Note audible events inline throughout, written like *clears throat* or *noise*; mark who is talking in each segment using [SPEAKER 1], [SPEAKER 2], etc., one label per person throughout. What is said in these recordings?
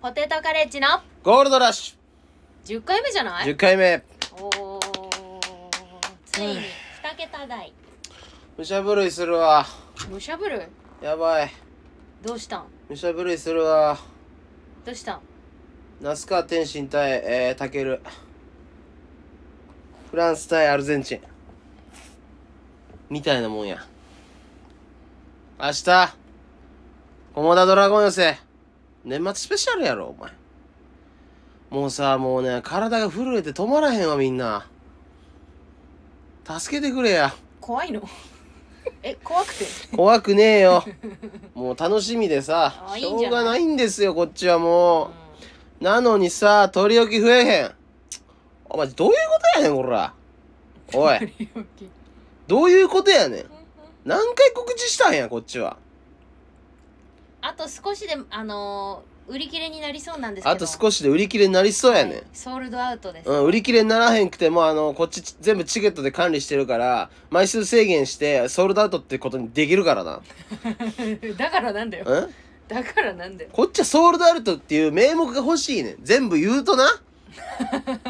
[SPEAKER 1] ポテトカレッジの
[SPEAKER 2] ゴールドラッシ
[SPEAKER 1] 10回目じゃな
[SPEAKER 2] ュ
[SPEAKER 1] い
[SPEAKER 2] 10回目
[SPEAKER 1] おーついに2桁台
[SPEAKER 2] むしゃぶるいするわ
[SPEAKER 1] むしゃぶる
[SPEAKER 2] やばい
[SPEAKER 1] どうしたん
[SPEAKER 2] むしゃぶるいするわ
[SPEAKER 1] どうしたん
[SPEAKER 2] 那須川天心対えー、タケルフランス対アルゼンチンみたいなもんや明日駒田ドラゴン寄せ年末スペシャルやろお前もうさもうね体が震えて止まらへんわみんな助けてくれや
[SPEAKER 1] 怖いの *laughs* え怖くて
[SPEAKER 2] 怖くねえよもう楽しみでさ
[SPEAKER 1] あい
[SPEAKER 2] し
[SPEAKER 1] い
[SPEAKER 2] ょ
[SPEAKER 1] んじゃないう
[SPEAKER 2] がないんですよこっちはもう、なのにさ、取り置き増えへん。お前、どういうことやねん、こら。
[SPEAKER 1] *laughs*
[SPEAKER 2] おい、どういうことやねん。何回告知したんや、こっちは。
[SPEAKER 1] あと少しであのー売り切れになりそうなんですけど
[SPEAKER 2] あと少しで売り切れになりそうやねん。
[SPEAKER 1] はいソールドアウトです、
[SPEAKER 2] うん、売り切れにならへんくても、あの、こっち全部チケットで管理してるから、枚数制限して、ソールドアウトってことにできるからな。
[SPEAKER 1] だからなんだよ
[SPEAKER 2] うん
[SPEAKER 1] だからなんだよ
[SPEAKER 2] こっちはソールドアウトっていう名目が欲しいねん。全部言
[SPEAKER 1] *laughs*
[SPEAKER 2] うとな。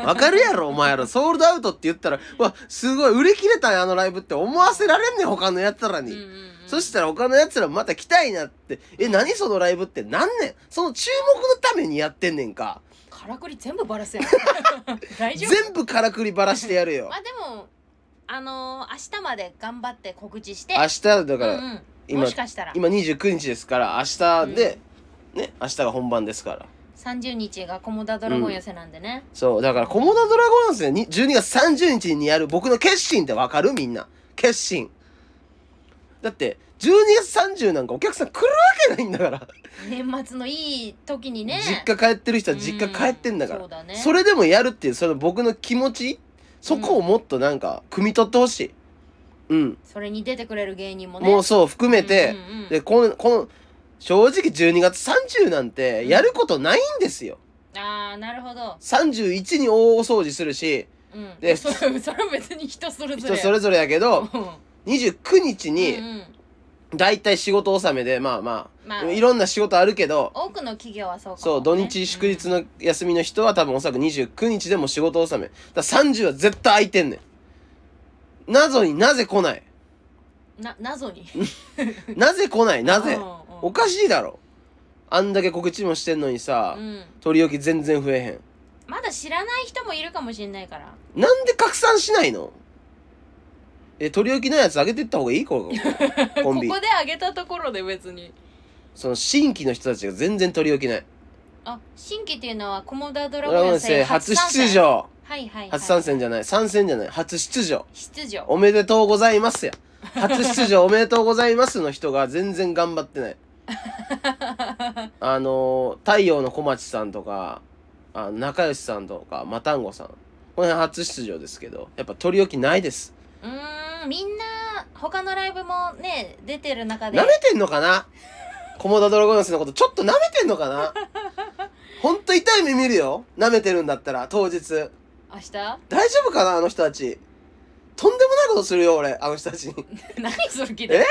[SPEAKER 2] わかるやろ、お前ら。ソールドアウトって言ったら、うわ、すごい、売り切れたんや、あのライブって思わせられんねん、他のやつらに。
[SPEAKER 1] うんうんうん
[SPEAKER 2] そしたら他の奴らもまた来たいなって、え、何そのライブって何年その注目のためにやってんねんか。
[SPEAKER 1] からくり全部バラせん
[SPEAKER 2] *laughs*
[SPEAKER 1] 大丈夫
[SPEAKER 2] 全部からくりばらしてやるよ
[SPEAKER 1] ま。あでもあのー明日まで頑張って告知して
[SPEAKER 2] 明日、だか
[SPEAKER 1] うん
[SPEAKER 2] ら、
[SPEAKER 1] うん
[SPEAKER 2] 今
[SPEAKER 1] もしかしたら
[SPEAKER 2] 今29日ですから、明日で、ね、明日が本番ですから。
[SPEAKER 1] 30日が菰田ドラゴン寄せなんでね、
[SPEAKER 2] そう、だから、コモダドラゴンズね、12月30日にやる僕の決心ってわかるみんな。決心。だって、12月30なんかお客さん来るわけないんだから。
[SPEAKER 1] 年末のいい時にね
[SPEAKER 2] 実家帰ってる人は実家帰ってんだから
[SPEAKER 1] う。そうだね
[SPEAKER 2] それでもやるっていうその僕の気持ちそこをもっとなんか汲み取ってほしいうん、
[SPEAKER 1] それに出てくれる芸人もね
[SPEAKER 2] もうそう含めて
[SPEAKER 1] うん、うんうん
[SPEAKER 2] でこのこの正直12月30なんてやることないんですよ
[SPEAKER 1] ああなるほど、
[SPEAKER 2] 31に大掃除するし
[SPEAKER 1] うん、
[SPEAKER 2] で
[SPEAKER 1] それ *laughs* それは別に人それぞれ
[SPEAKER 2] 人それぞれやけど
[SPEAKER 1] うん
[SPEAKER 2] 29日
[SPEAKER 1] う
[SPEAKER 2] に
[SPEAKER 1] んうん
[SPEAKER 2] だいたい仕事納めでまあま
[SPEAKER 1] まあ
[SPEAKER 2] あいろんな仕事あるけど
[SPEAKER 1] 多くの企業はそうかもね、
[SPEAKER 2] そう土日祝日の休みの人は多分おそらく29日でも仕事納めだから30は絶対空いてんねん謎になぜ来ない
[SPEAKER 1] うんな謎に
[SPEAKER 2] なぜ来ないなぜ
[SPEAKER 1] うんうん
[SPEAKER 2] おかしいだろあんだけ告知もしてんのにさ、
[SPEAKER 1] うん
[SPEAKER 2] 取り置き全然増えへ
[SPEAKER 1] まだ知らない人もいるかもしれないから
[SPEAKER 2] んなんで拡散しないのえ取り置きのやつ上げてった方がいい
[SPEAKER 1] *laughs*
[SPEAKER 2] このコンビ
[SPEAKER 1] ここで上げたところで別に
[SPEAKER 2] その新規の人たちが全然取り置きない
[SPEAKER 1] あ新規っていうのはコモダドラ
[SPEAKER 2] ドラ
[SPEAKER 1] ゴ
[SPEAKER 2] ゴ
[SPEAKER 1] ン
[SPEAKER 2] ン
[SPEAKER 1] 戦
[SPEAKER 2] 生初
[SPEAKER 1] 参戦
[SPEAKER 2] 出場
[SPEAKER 1] はいはい、はい、
[SPEAKER 2] 初参戦じゃない参戦じゃない初出場
[SPEAKER 1] 出場
[SPEAKER 2] おめでとうございますや初出場おめでとうございますの人が全然頑張って
[SPEAKER 1] *laughs*
[SPEAKER 2] ないあのー太陽の小町さんとかあ仲良しさんとかマタンゴさんこの辺初出場ですけどやっぱ取り置きないです
[SPEAKER 1] うーんみんな他のライブもね出てる中で
[SPEAKER 2] 舐めてんのかなコモダドラゴンスのことちょっと舐めてんのかなほんと痛い目見るよ舐めてるんだったら当日
[SPEAKER 1] 明日 *laughs*
[SPEAKER 2] 大丈夫かなあの人たちとんでもないことするよ俺あの人たちに
[SPEAKER 1] 何それ聞いて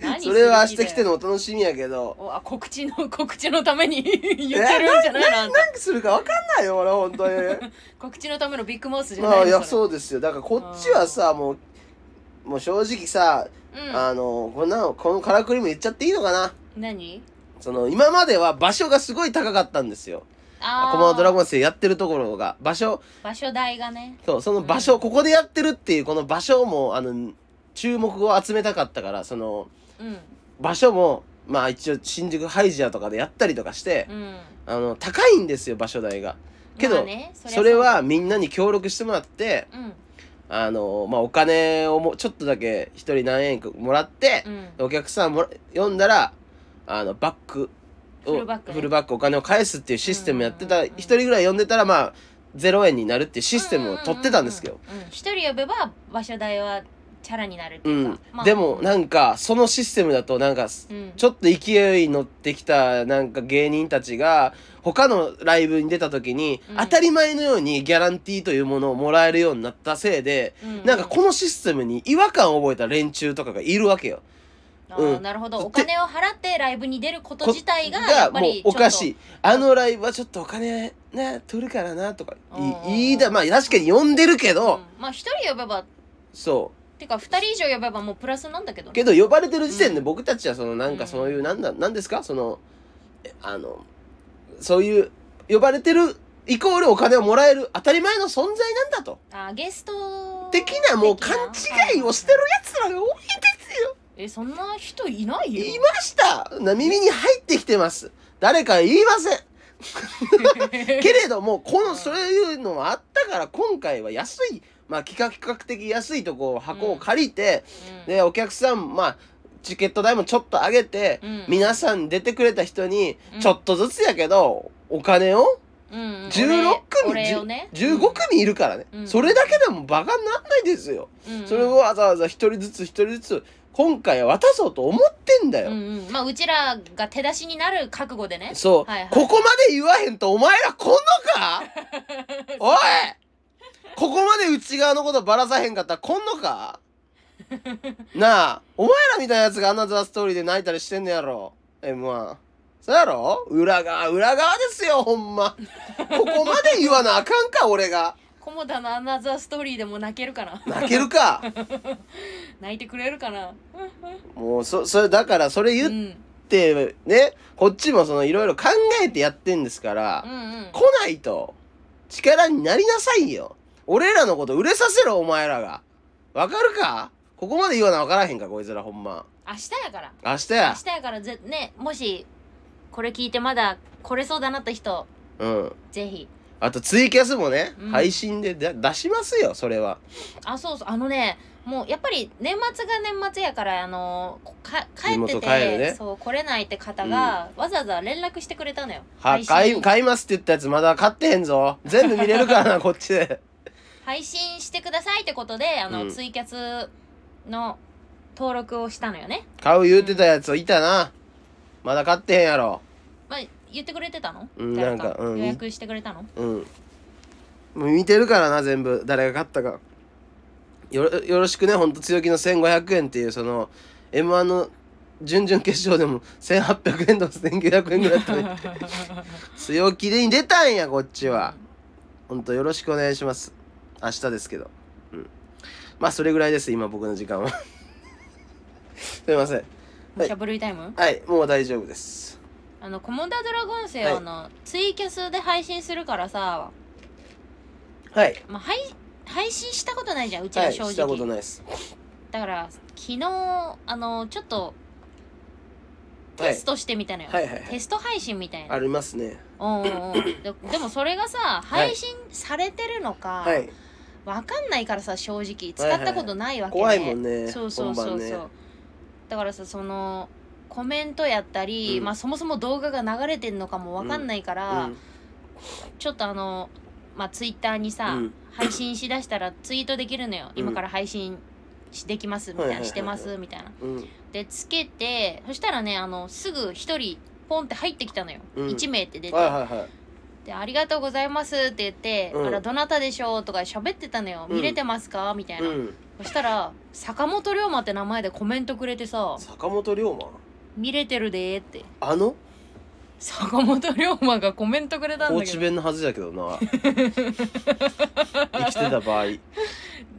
[SPEAKER 1] 何
[SPEAKER 2] それは明
[SPEAKER 1] そ
[SPEAKER 2] 日
[SPEAKER 1] れ聞い
[SPEAKER 2] 来てのお楽しみやけど
[SPEAKER 1] おあ告知の告知のために *laughs* 言ってるんじゃないのあんた
[SPEAKER 2] 何するか分かんないよ俺本当
[SPEAKER 1] *laughs*
[SPEAKER 2] に
[SPEAKER 1] 告知のためのビッグマウスじゃ
[SPEAKER 2] ま
[SPEAKER 1] な
[SPEAKER 2] あ
[SPEAKER 1] い
[SPEAKER 2] い
[SPEAKER 1] の
[SPEAKER 2] や
[SPEAKER 1] それ
[SPEAKER 2] そうですよだからこっちはさもうもう正直さ、
[SPEAKER 1] うん
[SPEAKER 2] あのこんなのこのからくりも言っちゃっていいのかな
[SPEAKER 1] 何
[SPEAKER 2] その今までは場所がすごい高かったんですよ
[SPEAKER 1] あ
[SPEAKER 2] 駒のドラ
[SPEAKER 1] ン
[SPEAKER 2] ゴン生やってるところが場所
[SPEAKER 1] 場所代がね
[SPEAKER 2] そうその場所、
[SPEAKER 1] うん
[SPEAKER 2] ここでやってるっていうこの場所もあの注目を集めたかったからその
[SPEAKER 1] うん
[SPEAKER 2] 場所もまあ一応新宿ハイジアとかでやったりとかして
[SPEAKER 1] う、ん
[SPEAKER 2] あの高いんですよ場所代がけど、
[SPEAKER 1] まあねそりゃそう
[SPEAKER 2] それはみんなに協力してもらって
[SPEAKER 1] うん
[SPEAKER 2] あのまあお金をもちょっとだけ一人何円かもらって
[SPEAKER 1] う、ん
[SPEAKER 2] お客さんもら読んだらあのバックを
[SPEAKER 1] フルバックね
[SPEAKER 2] お金を返すっていうシステムやって
[SPEAKER 1] うんう
[SPEAKER 2] た
[SPEAKER 1] んうん
[SPEAKER 2] 一、人ぐらい読んでたらまあ0円になるっていうシステムを取ってたんですけど、
[SPEAKER 1] うん一人呼べば場所代はチャラになるって
[SPEAKER 2] う
[SPEAKER 1] い
[SPEAKER 2] ん
[SPEAKER 1] うか、まあ
[SPEAKER 2] でもなんかそのシステムだとなんかち
[SPEAKER 1] うん
[SPEAKER 2] ょっと勢いに乗ってきたなんか芸人たちが他のライブに出た時に
[SPEAKER 1] うん
[SPEAKER 2] 当たり前のようにギャランティーというものをもらえるようになったせいで
[SPEAKER 1] うん
[SPEAKER 2] なんかこのシステムに違和感を覚えた連中とかがいるわけよ。
[SPEAKER 1] あーなるほど
[SPEAKER 2] で
[SPEAKER 1] お金を払ってライブに出ること自体が
[SPEAKER 2] こ
[SPEAKER 1] やっぱ
[SPEAKER 2] もう
[SPEAKER 1] り
[SPEAKER 2] おかし
[SPEAKER 1] い
[SPEAKER 2] いあのライブはちょっとお金ね取るからなとか
[SPEAKER 1] うんうんうん
[SPEAKER 2] いいいだまあ確かに呼んでるけど、
[SPEAKER 1] まあ一人呼べば
[SPEAKER 2] そ
[SPEAKER 1] てか二人以上呼べばもうプラスなんだけど
[SPEAKER 2] う
[SPEAKER 1] ね
[SPEAKER 2] けど呼ばれてる時点で
[SPEAKER 1] うん
[SPEAKER 2] 僕たちはそのなん
[SPEAKER 1] う
[SPEAKER 2] か
[SPEAKER 1] ん
[SPEAKER 2] そういうなんだなんですかそのえあのそういう呼ばれてるイコールお金をもらえる当たり前の存在なんだと
[SPEAKER 1] あーゲスト
[SPEAKER 2] 的なもう勘違いをしてる
[SPEAKER 1] はい
[SPEAKER 2] やつらが多いですよ
[SPEAKER 1] えそんな人いないよ
[SPEAKER 2] いましたな耳に入ってきてます誰か言いません
[SPEAKER 1] *laughs*
[SPEAKER 2] けれどもこ
[SPEAKER 1] う
[SPEAKER 2] の
[SPEAKER 1] ん
[SPEAKER 2] そういうのもあったから今回は安い、まあ、企画比較的安いとこ箱を借りて、
[SPEAKER 1] うん
[SPEAKER 2] でお客さんまあチケット代もちょっと上げて、
[SPEAKER 1] うん
[SPEAKER 2] 皆さん出てくれた人に
[SPEAKER 1] うん
[SPEAKER 2] ちょっとずつやけどお金を
[SPEAKER 1] うんうん
[SPEAKER 2] 16組
[SPEAKER 1] お礼をね
[SPEAKER 2] 15組いるからね、
[SPEAKER 1] うん
[SPEAKER 2] それだけでもバカになんないですよ、
[SPEAKER 1] うんうん
[SPEAKER 2] それをわざわざ一人ずつ一人ずつ今回は渡そうと思ってんだ
[SPEAKER 1] う
[SPEAKER 2] よ、
[SPEAKER 1] んうんまあうちらが手出しになる覚悟でね
[SPEAKER 2] そう、
[SPEAKER 1] はいはい
[SPEAKER 2] ここまで言わへんとお前らこんの
[SPEAKER 1] *laughs*
[SPEAKER 2] かおいここまで内側のことばらさへんかったらこんの
[SPEAKER 1] *laughs*
[SPEAKER 2] かなあお前らみたいなやつがあんなザ・ストーリーで泣いたりしてんねやろ M1 そうやろ裏側裏側ですよほんまここまで言わなあかんか俺が
[SPEAKER 1] コモダのアナザーストーリーでも泣けるかな *laughs*
[SPEAKER 2] 泣けるか
[SPEAKER 1] 泣いてくれるかな
[SPEAKER 2] もうそそれだからそれ
[SPEAKER 1] う
[SPEAKER 2] 言っ
[SPEAKER 1] ん
[SPEAKER 2] てねこっちもそのいろいろ考えてやってんですから、
[SPEAKER 1] うんうん
[SPEAKER 2] 来ないと力になりなさいよ俺らのこと売れさせろお前らがわかるかここまで言わなわからへんかこいつらほんま
[SPEAKER 1] 明日やから
[SPEAKER 2] 明日
[SPEAKER 1] 明
[SPEAKER 2] や
[SPEAKER 1] 日やからぜねもしこれ聞いてまだ来れそうだなって人
[SPEAKER 2] うん
[SPEAKER 1] ぜひ
[SPEAKER 2] あとツイキャスもね、
[SPEAKER 1] うん
[SPEAKER 2] 配信でだ出しますよそれは
[SPEAKER 1] あそうそうあのねもうやっぱり年末が年末やからあのこか帰
[SPEAKER 2] 地
[SPEAKER 1] って
[SPEAKER 2] 元
[SPEAKER 1] て
[SPEAKER 2] 帰るね
[SPEAKER 1] そう来れないって方が、わざわざ連絡してくれたのよ
[SPEAKER 2] は
[SPEAKER 1] 配信
[SPEAKER 2] 買い買いますって言ったやつまだ買ってへんぞ全部見れるからなこっちで
[SPEAKER 1] 配信してくださいってことであの、
[SPEAKER 2] うん
[SPEAKER 1] ツイキャスの登録をしたのよね
[SPEAKER 2] 買う言うてたやついたなまだ買ってへんやろ
[SPEAKER 1] まあ言ってくれてたの、
[SPEAKER 2] うん
[SPEAKER 1] 誰
[SPEAKER 2] なんかうん
[SPEAKER 1] 予約してくれたの
[SPEAKER 2] うんもう見てるからな全部誰が勝ったかよろよろしくねほんと強気の1500円っていうその m 1の準々決勝でも1800円とか1900円ぐらいだったね強気でに出たんやこっちはほんとよろしくお願いします明日ですけどうんまあそれぐらいです今僕の時間はすいません
[SPEAKER 1] むしゃぶるいタイム、
[SPEAKER 2] はいもう大丈夫です
[SPEAKER 1] あのコモダドラゴン星
[SPEAKER 2] はい
[SPEAKER 1] はあの、ツイキャスで配信するからさ、
[SPEAKER 2] はい
[SPEAKER 1] まあ、配配信したことないじゃんうち
[SPEAKER 2] は
[SPEAKER 1] ら
[SPEAKER 2] い
[SPEAKER 1] 正直、
[SPEAKER 2] したことないです
[SPEAKER 1] だから昨日あのちょっと
[SPEAKER 2] は
[SPEAKER 1] テ
[SPEAKER 2] い
[SPEAKER 1] ストしてみたのよ、
[SPEAKER 2] はいはいはい
[SPEAKER 1] テスト配信みたいな
[SPEAKER 2] ありますね
[SPEAKER 1] うんうんうんででもそれがさ
[SPEAKER 2] はい
[SPEAKER 1] 配信されてるのか、
[SPEAKER 2] はい
[SPEAKER 1] わかんないからさ正直使
[SPEAKER 2] はいはい
[SPEAKER 1] ったことないわけで、
[SPEAKER 2] 怖いもんね
[SPEAKER 1] そうそうそうそう、
[SPEAKER 2] 本番ね
[SPEAKER 1] だからさそのコメントやったり、
[SPEAKER 2] うん
[SPEAKER 1] まあそもそも動画が流れてんのかもわかんないから、
[SPEAKER 2] うん
[SPEAKER 1] ちょっとあのまあツイッターにさ、
[SPEAKER 2] うん
[SPEAKER 1] 配信しだしたらツイートできるのよ、
[SPEAKER 2] うん
[SPEAKER 1] 今から配信しできますみたいな、
[SPEAKER 2] はいはいはいはい
[SPEAKER 1] してますみたいな
[SPEAKER 2] うん
[SPEAKER 1] でつけてそしたらねあのすぐ一人ポンって入ってきたのよ、
[SPEAKER 2] うん
[SPEAKER 1] 一1名って出て、
[SPEAKER 2] はいはいはい
[SPEAKER 1] で「ありがとうございます」って言って「
[SPEAKER 2] うん
[SPEAKER 1] あらどなたでしょう?」とか喋ってたのよ「
[SPEAKER 2] うん
[SPEAKER 1] 見れてますか?」みたいな、
[SPEAKER 2] うん、
[SPEAKER 1] そしたら「坂本龍馬」って名前でコメントくれてさ
[SPEAKER 2] 坂本龍馬
[SPEAKER 1] 「見れてるで」って
[SPEAKER 2] あの
[SPEAKER 1] 坂本龍馬がコメントくれたんだ
[SPEAKER 2] 高
[SPEAKER 1] け
[SPEAKER 2] 知
[SPEAKER 1] ど
[SPEAKER 2] 弁のはずやけ
[SPEAKER 1] *laughs*
[SPEAKER 2] どな生きてた場合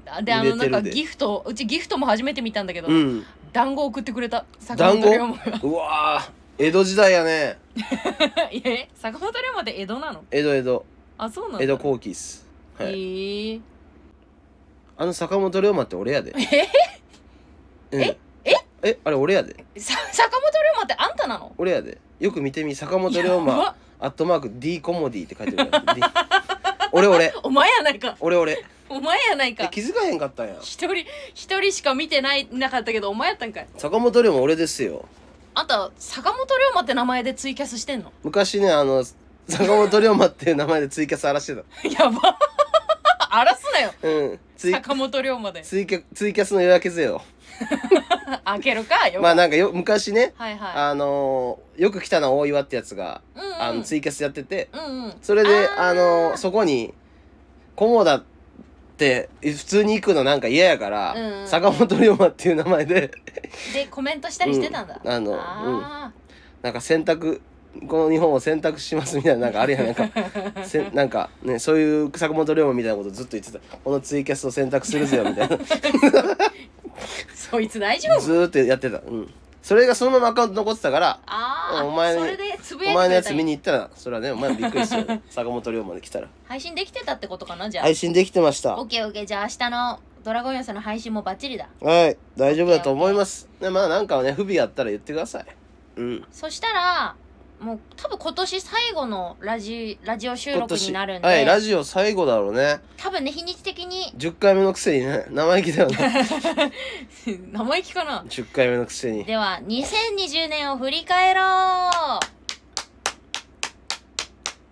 [SPEAKER 1] あであのなんか
[SPEAKER 2] 見れてるで
[SPEAKER 1] ギフトうちギフトも初めて見たんだけど、
[SPEAKER 2] うん
[SPEAKER 1] 団子送ってくれた坂
[SPEAKER 2] 団
[SPEAKER 1] 本
[SPEAKER 2] 子
[SPEAKER 1] 龍馬
[SPEAKER 2] うわー江戸時代やね
[SPEAKER 1] え坂本龍馬って江戸なの
[SPEAKER 2] 江戸江戸
[SPEAKER 1] あそうなんだ
[SPEAKER 2] 江戸後期っす、
[SPEAKER 1] へ
[SPEAKER 2] はい、
[SPEAKER 1] え
[SPEAKER 2] あの坂本龍馬って俺やで
[SPEAKER 1] え
[SPEAKER 2] うん
[SPEAKER 1] え
[SPEAKER 2] えあれ俺やで
[SPEAKER 1] さ坂本龍馬ってあんたなの
[SPEAKER 2] 俺やでよく見てみ坂本龍
[SPEAKER 1] や
[SPEAKER 2] 馬
[SPEAKER 1] ば
[SPEAKER 2] アットマーク D コモディって書いてるから D 俺俺
[SPEAKER 1] お前やないか
[SPEAKER 2] 俺俺
[SPEAKER 1] お前やない
[SPEAKER 2] え
[SPEAKER 1] か
[SPEAKER 2] 気づかへんかったんや
[SPEAKER 1] 一人一人しか見てないなかったけどお前やったんかい
[SPEAKER 2] 坂本龍馬俺ですよ
[SPEAKER 1] あんた坂本龍馬って名前でツイキャスしてんの *laughs*
[SPEAKER 2] 昔ねあの坂本龍馬っていう名前でツイキャス荒らしてた
[SPEAKER 1] やば *laughs* 荒らすなよ
[SPEAKER 2] うんツイ
[SPEAKER 1] 坂本龍馬で
[SPEAKER 2] ツイキャツイキャスの予約せよ
[SPEAKER 1] 開けるかよ、
[SPEAKER 2] まあなんかよ昔ね、
[SPEAKER 1] はいはい
[SPEAKER 2] あのーよく来たな大岩ってやつが、
[SPEAKER 1] うんうん
[SPEAKER 2] あのツイキャスやってて
[SPEAKER 1] うんうん
[SPEAKER 2] それであ
[SPEAKER 1] あー
[SPEAKER 2] のーそこに「コモダって普通に行くのなんか嫌やから、
[SPEAKER 1] うんうん
[SPEAKER 2] 坂本龍馬っていう名前で
[SPEAKER 1] でコメントしたりしてたんだ、
[SPEAKER 2] うんあの
[SPEAKER 1] あ
[SPEAKER 2] なんか選択この日本を選択しますみたいななんかあるやんなんかせんなんかねそういう坂本龍馬みたいなことずっと言ってたこのツイキャスを選択するぜよみたいなず
[SPEAKER 1] ーそいつ大丈夫
[SPEAKER 2] ーっとやってたうんそれがそのままアカウント残ってたから
[SPEAKER 1] ああ
[SPEAKER 2] お前
[SPEAKER 1] それでつぶやいてくれ
[SPEAKER 2] お前
[SPEAKER 1] た
[SPEAKER 2] の
[SPEAKER 1] ん
[SPEAKER 2] やつ見に行ったらそれはねお前もびっくり
[SPEAKER 1] *laughs*
[SPEAKER 2] するよ坂本龍馬で来たら
[SPEAKER 1] 配信できてたってことかなじゃあ、
[SPEAKER 2] 配信できてました
[SPEAKER 1] オッケーオッケーじゃあ明日のドラゴン寄せの配信もバッチリだ
[SPEAKER 2] はい大丈夫だと思いますねまあなんかね不備あったら言ってくださいうん
[SPEAKER 1] そしたらもう多分今年最後のラジラジオ収
[SPEAKER 2] 今
[SPEAKER 1] 録に
[SPEAKER 2] 年
[SPEAKER 1] なるんで、
[SPEAKER 2] はいラジオ最後だろうね
[SPEAKER 1] 多分ね日にち的に *laughs*
[SPEAKER 2] 10回目のくせにね *laughs* 生意気だよね
[SPEAKER 1] 生意気かな
[SPEAKER 2] 10回目のくせに
[SPEAKER 1] では2020年を振り返ろう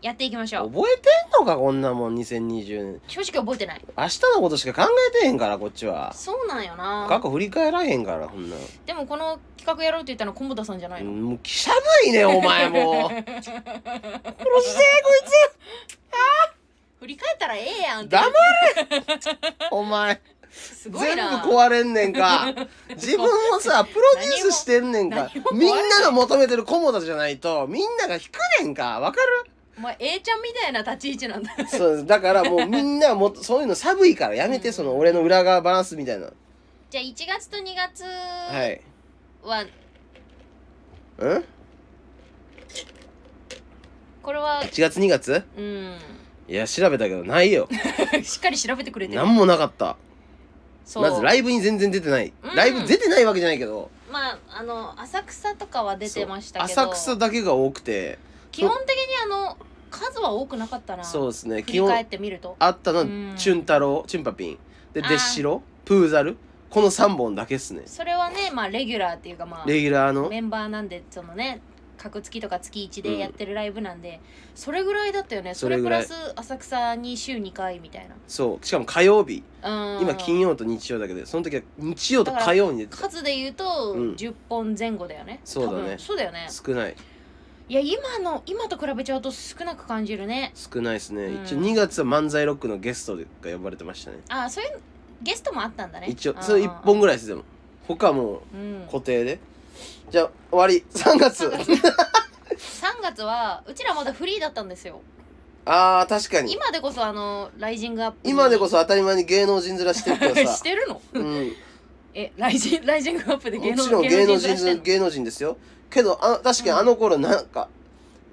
[SPEAKER 1] やっていきましょう
[SPEAKER 2] 覚えてんのかこんなもん2020年
[SPEAKER 1] 正直覚えてない
[SPEAKER 2] 明日のことしか考えてへんからこっちは
[SPEAKER 1] そうなんよ
[SPEAKER 2] 過
[SPEAKER 1] な
[SPEAKER 2] 去振り返らへんからこんなん
[SPEAKER 1] でもこの企画やろうって言ったの小本田さんじゃないの、
[SPEAKER 2] もうきしゃぶいねお前もう殺してこ
[SPEAKER 1] 振り返ったらええやんっ
[SPEAKER 2] いつ
[SPEAKER 1] て
[SPEAKER 2] 黙れ *laughs* お前
[SPEAKER 1] すごい
[SPEAKER 2] 全部
[SPEAKER 1] な
[SPEAKER 2] 壊れんねんか
[SPEAKER 1] *laughs*
[SPEAKER 2] 自分をさプロデュースしてんねんか
[SPEAKER 1] 何も
[SPEAKER 2] みんなが求めてるコモダじゃないとみんなが引くねんかわかる
[SPEAKER 1] お前 A ちゃんみたいな立ち位置なんだ
[SPEAKER 2] そうだからもうみんなもっとそういうの寒いからやめてその俺の裏側バランスみたいな
[SPEAKER 1] じゃあ1月と2月
[SPEAKER 2] は
[SPEAKER 1] はい
[SPEAKER 2] うん
[SPEAKER 1] これは
[SPEAKER 2] 1月2月
[SPEAKER 1] うん
[SPEAKER 2] いや調べたけどないよ
[SPEAKER 1] しっかり調べてくれてる
[SPEAKER 2] 何もなかった
[SPEAKER 1] そう
[SPEAKER 2] まずライブに全然出てない
[SPEAKER 1] うん
[SPEAKER 2] ライブ出てないわけじゃないけど
[SPEAKER 1] まああの浅草とかは出てましたけど
[SPEAKER 2] そう浅草だけが多くて
[SPEAKER 1] 基本的にあの数は多くなかったな
[SPEAKER 2] そうですね
[SPEAKER 1] 振り返ってみると
[SPEAKER 2] あったのは
[SPEAKER 1] うん
[SPEAKER 2] チュン太郎チュンパピンで
[SPEAKER 1] あー
[SPEAKER 2] デッシロプーザルこの3本だけっすね
[SPEAKER 1] それはねまあレギュラーっていうかまあ
[SPEAKER 2] レギュラーの
[SPEAKER 1] メンバーなんでそのね各月とか月1でやってるライブなんで、それぐらいだったよねそ
[SPEAKER 2] そ
[SPEAKER 1] れ
[SPEAKER 2] れ
[SPEAKER 1] プ
[SPEAKER 2] ぐ
[SPEAKER 1] ラ
[SPEAKER 2] らい
[SPEAKER 1] ス浅草に週2回みたいな
[SPEAKER 2] そうしかも火曜日
[SPEAKER 1] うん
[SPEAKER 2] 今金曜と日曜だけどその時は日曜と火曜に出てた
[SPEAKER 1] 数で言うと
[SPEAKER 2] うん
[SPEAKER 1] 10本前後だよね、
[SPEAKER 2] そうだね
[SPEAKER 1] 多分そうだよね
[SPEAKER 2] 少ない
[SPEAKER 1] いや今の今と比べちゃうと少なく感じるね
[SPEAKER 2] 少ないですね、
[SPEAKER 1] うん
[SPEAKER 2] 一応2月は漫才ロックのゲストが呼ばれてましたね
[SPEAKER 1] ああそういうゲストもあったんだね
[SPEAKER 2] 一応
[SPEAKER 1] あー
[SPEAKER 2] それ1本ぐらいですでも他はも
[SPEAKER 1] うん
[SPEAKER 2] う固定でじゃあ終わり3月
[SPEAKER 1] 三 *laughs* 3月はうちらまだフリーだったんですよ
[SPEAKER 2] あー確かに
[SPEAKER 1] 今でこそあのライジングアップに
[SPEAKER 2] 今でこそ当たり前に芸能人面してるけ
[SPEAKER 1] *laughs*
[SPEAKER 2] ど
[SPEAKER 1] し
[SPEAKER 2] さ、
[SPEAKER 1] てるの
[SPEAKER 2] うん、
[SPEAKER 1] えライジンライジングアップで芸
[SPEAKER 2] も
[SPEAKER 1] 能
[SPEAKER 2] ちろん芸能人
[SPEAKER 1] 面してんの
[SPEAKER 2] 芸能人ですよけどあ確かにあの頃なんか、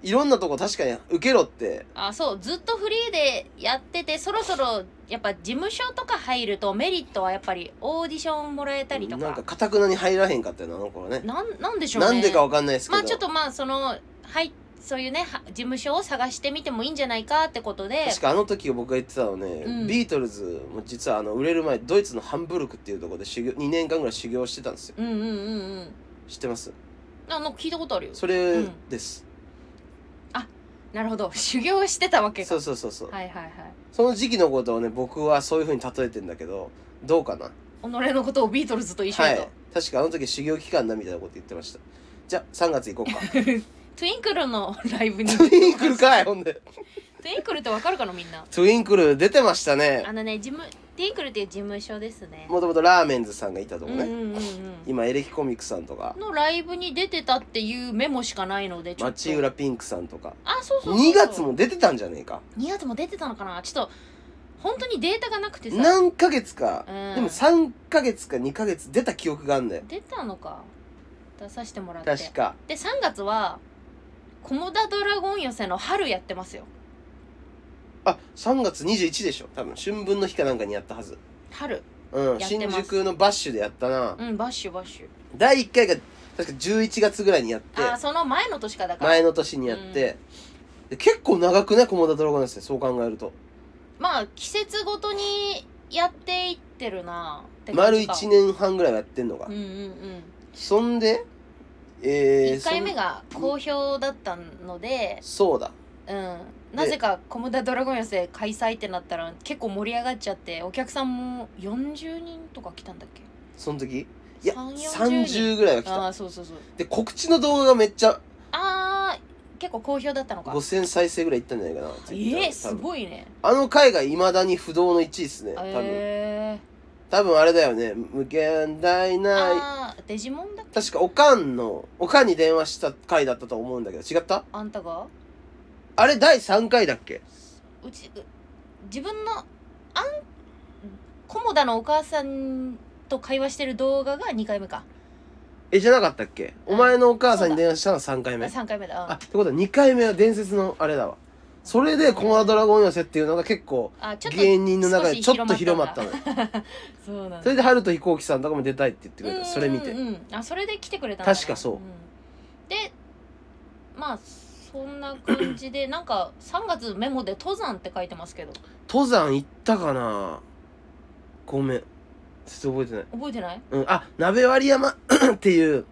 [SPEAKER 2] いろんなとこ確かに受けろって
[SPEAKER 1] あそうずっとフリーでやっててそろそろやっぱ事務所とか入るとメリットはやっぱりオーディションもらえたりとか
[SPEAKER 2] なんかかたくなに入らへんかったよなあの頃ね
[SPEAKER 1] なんなんでしょうね
[SPEAKER 2] なんでかわかんないですけど、
[SPEAKER 1] まあちょっとまあそのはいそういうねは事務所を探してみてもいいんじゃないかってことで
[SPEAKER 2] 確かあの時僕が言ってたのね、
[SPEAKER 1] うん
[SPEAKER 2] ビートルズも実はあの売れる前ドイツのハンブルクっていうところで修行2年間ぐらい修行してたんですよ
[SPEAKER 1] うんうんうんうん
[SPEAKER 2] 知ってます
[SPEAKER 1] あの聞いたことあるよ
[SPEAKER 2] それです、
[SPEAKER 1] なるほど *laughs* 修行してたわけか
[SPEAKER 2] そうそうそうそう、
[SPEAKER 1] はいはいはい
[SPEAKER 2] その時期のことをね僕はそういうふうに例えてんだけどどうかな
[SPEAKER 1] 己のことをビートルズと一緒
[SPEAKER 2] は
[SPEAKER 1] にと、
[SPEAKER 2] い確かあの時修行期間だみたいなこと言ってましたじゃあ3月行こうか
[SPEAKER 1] トゥインクルのライブに
[SPEAKER 2] トゥインクルかいほんで
[SPEAKER 1] トゥインクルってわかるかなみんな
[SPEAKER 2] トゥインクル出てましたね
[SPEAKER 1] あのね事務トゥインクルっていう事務所ですね
[SPEAKER 2] もともとラーメンズさんがいたと
[SPEAKER 1] う
[SPEAKER 2] こ
[SPEAKER 1] んうん
[SPEAKER 2] ね、
[SPEAKER 1] うんうん
[SPEAKER 2] 今エレキコミックさんとか
[SPEAKER 1] のライブに出てたっていうメモしかないのでちょっと
[SPEAKER 2] 町浦ピンクさんとか
[SPEAKER 1] あそうそうそう
[SPEAKER 2] 2月も出てたんじゃねえか
[SPEAKER 1] 2月も出てたのかなちょっと本当にデータがなくてさ
[SPEAKER 2] 何ヶ月か、
[SPEAKER 1] うん
[SPEAKER 2] でも3ヶ月か2ヶ月出た記憶があんだよ
[SPEAKER 1] 出たのか出させてもらって
[SPEAKER 2] 確か
[SPEAKER 1] で3月はコモダドラゴン寄せの春やってますよ
[SPEAKER 2] あ3月21でしょ多分春分の日かなんかにやったはず
[SPEAKER 1] 春
[SPEAKER 2] うん
[SPEAKER 1] やって
[SPEAKER 2] 新
[SPEAKER 1] ます
[SPEAKER 2] 宿のバッシュでやったな、
[SPEAKER 1] うんバッシュバッシュ
[SPEAKER 2] 第1回が確か11月ぐらいにやって
[SPEAKER 1] あーその前の年かだから
[SPEAKER 2] 前の年にやって、で結構長くね駒田ドラゴンですねそう考えると
[SPEAKER 1] まあ季節ごとにやっていってるなって感
[SPEAKER 2] 丸
[SPEAKER 1] じか
[SPEAKER 2] 1年半ぐらいはやってんのか、
[SPEAKER 1] うんうん
[SPEAKER 2] そんで
[SPEAKER 1] うん、
[SPEAKER 2] えー、
[SPEAKER 1] 1回目
[SPEAKER 2] そん
[SPEAKER 1] が好評だったので、
[SPEAKER 2] そうだ
[SPEAKER 1] うん、なぜかコモダドラゴン寄せ開催ってなったら結構盛り上がっちゃってお客さんも40人とか来たんだっけ
[SPEAKER 2] その時いや
[SPEAKER 1] 3 40
[SPEAKER 2] 30ぐらいは来
[SPEAKER 1] あ
[SPEAKER 2] た
[SPEAKER 1] あそうそうそう
[SPEAKER 2] で告知の動画がめっちゃ
[SPEAKER 1] あ結構好評だったのか
[SPEAKER 2] 5000再生ぐらいいったんじゃないかな
[SPEAKER 1] え
[SPEAKER 2] Twitter
[SPEAKER 1] ー、す
[SPEAKER 2] 多分
[SPEAKER 1] ごいね
[SPEAKER 2] あの回がいまだに不動の1位ですね多分、
[SPEAKER 1] え
[SPEAKER 2] 多分あれだよね無限大
[SPEAKER 1] ー、
[SPEAKER 2] な
[SPEAKER 1] あーデジモンだっけ
[SPEAKER 2] 確かおかんのおかんに電話した回だったと思うんだけど違った
[SPEAKER 1] あんたが
[SPEAKER 2] あれ第3回だっけ
[SPEAKER 1] うちう自分のあん菰田のお母さんと会話してる動画が2回目か
[SPEAKER 2] えじゃなかったっけお前のお母さんに電話したのは3回目
[SPEAKER 1] 3回目だうん
[SPEAKER 2] あってことは2回目は伝説のあれだわそれで「コモダドラゴン寄せ」っていうのが結構
[SPEAKER 1] あちょっと
[SPEAKER 2] 芸人の中でち
[SPEAKER 1] 少
[SPEAKER 2] ょっと
[SPEAKER 1] し広
[SPEAKER 2] 広
[SPEAKER 1] ま
[SPEAKER 2] ま
[SPEAKER 1] っ
[SPEAKER 2] ったた
[SPEAKER 1] ん *laughs*
[SPEAKER 2] のよ
[SPEAKER 1] そうなん
[SPEAKER 2] そ
[SPEAKER 1] だ
[SPEAKER 2] れで春と飛行機さんとかも出たいって言ってくれ
[SPEAKER 1] うん
[SPEAKER 2] たそれ見て
[SPEAKER 1] うんうんあそれで来てくれたんだね
[SPEAKER 2] 確かそうん
[SPEAKER 1] でまあそんな感じ
[SPEAKER 2] *coughs*
[SPEAKER 1] でなんか3月メモで登山って書いてますけど
[SPEAKER 2] 登山行ったかなごめんちょっと覚えてない
[SPEAKER 1] 覚えてない
[SPEAKER 2] うんあ鍋割山 *coughs* っていう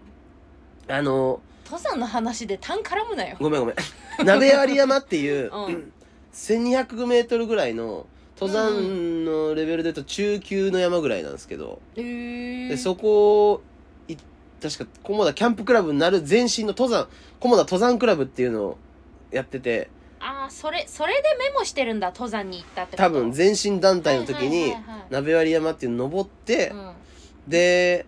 [SPEAKER 2] あの
[SPEAKER 1] 登山の話で単絡むなよ
[SPEAKER 2] ごめんごめ
[SPEAKER 1] *laughs*
[SPEAKER 2] ん鍋割山っていう
[SPEAKER 1] うん
[SPEAKER 2] 1200メートルぐらいの登山のレベルで言うと中級の山ぐらいなんですけど、
[SPEAKER 1] えー、
[SPEAKER 2] でそこい確か菰田キャンプクラブになる前身の登山菰田登山クラブっていうのをやってて
[SPEAKER 1] ああそれそれでメモしてるんだ登山に行ったってこと
[SPEAKER 2] 多分前身団体の時
[SPEAKER 1] はい
[SPEAKER 2] に
[SPEAKER 1] はいはいはい
[SPEAKER 2] 鍋割山っていうの登って、
[SPEAKER 1] うん
[SPEAKER 2] で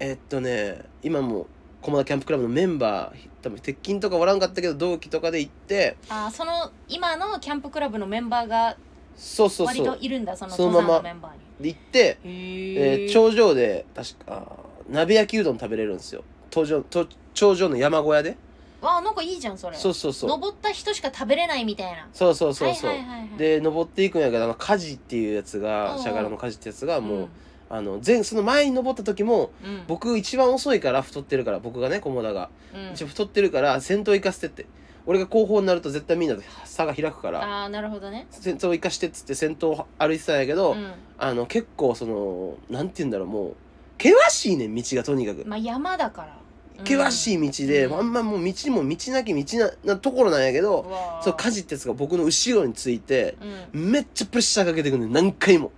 [SPEAKER 2] えっとね今も菰田キャンプクラブのメンバー多分鉄筋とかおらんかったけど同期とかで行って
[SPEAKER 1] あーその今のキャンプクラブのメンバーが
[SPEAKER 2] そうそう
[SPEAKER 1] 割
[SPEAKER 2] そ
[SPEAKER 1] と
[SPEAKER 2] う
[SPEAKER 1] いるんだそ
[SPEAKER 2] その
[SPEAKER 1] の登
[SPEAKER 2] まま
[SPEAKER 1] 山のメンバーに
[SPEAKER 2] で行って、
[SPEAKER 1] へ
[SPEAKER 2] えー
[SPEAKER 1] え
[SPEAKER 2] 頂上で確か鍋焼きうどん食べれるんですよ頂上と頂上の山小屋で
[SPEAKER 1] わあなんかいいじゃんそれ
[SPEAKER 2] そうそうそう
[SPEAKER 1] 登った人しか食べれないみたいな
[SPEAKER 2] そうそうそうそう、
[SPEAKER 1] はいはいはいはい、
[SPEAKER 2] で登っていくんやけどあのカジっていうやつ
[SPEAKER 1] うん
[SPEAKER 2] が
[SPEAKER 1] うん
[SPEAKER 2] シャガラのカジってやつがもう、あの前その前に登った時も
[SPEAKER 1] うん、うん、
[SPEAKER 2] 僕一番遅いから太ってるから僕がね菰田が、
[SPEAKER 1] うん
[SPEAKER 2] 一応太ってるから先頭行かせてって俺が後方になると絶対みんなと差が開くから
[SPEAKER 1] ああなるほどね
[SPEAKER 2] 先頭行かしてっつって先頭を歩いてたんやけど、
[SPEAKER 1] う
[SPEAKER 2] あの結構そのなんて言うんだろうもう険しいねん道がとにかく
[SPEAKER 1] んまあ山だから
[SPEAKER 2] 険し
[SPEAKER 1] い、
[SPEAKER 2] い道で、
[SPEAKER 1] うん
[SPEAKER 2] あんまもう道にも道なき道ななところなんやけ
[SPEAKER 1] うん
[SPEAKER 2] ど、
[SPEAKER 1] わあ
[SPEAKER 2] そうカジってやつが僕の後ろについて、
[SPEAKER 1] うん
[SPEAKER 2] めっちゃプレッシャーかけてくるの何回も。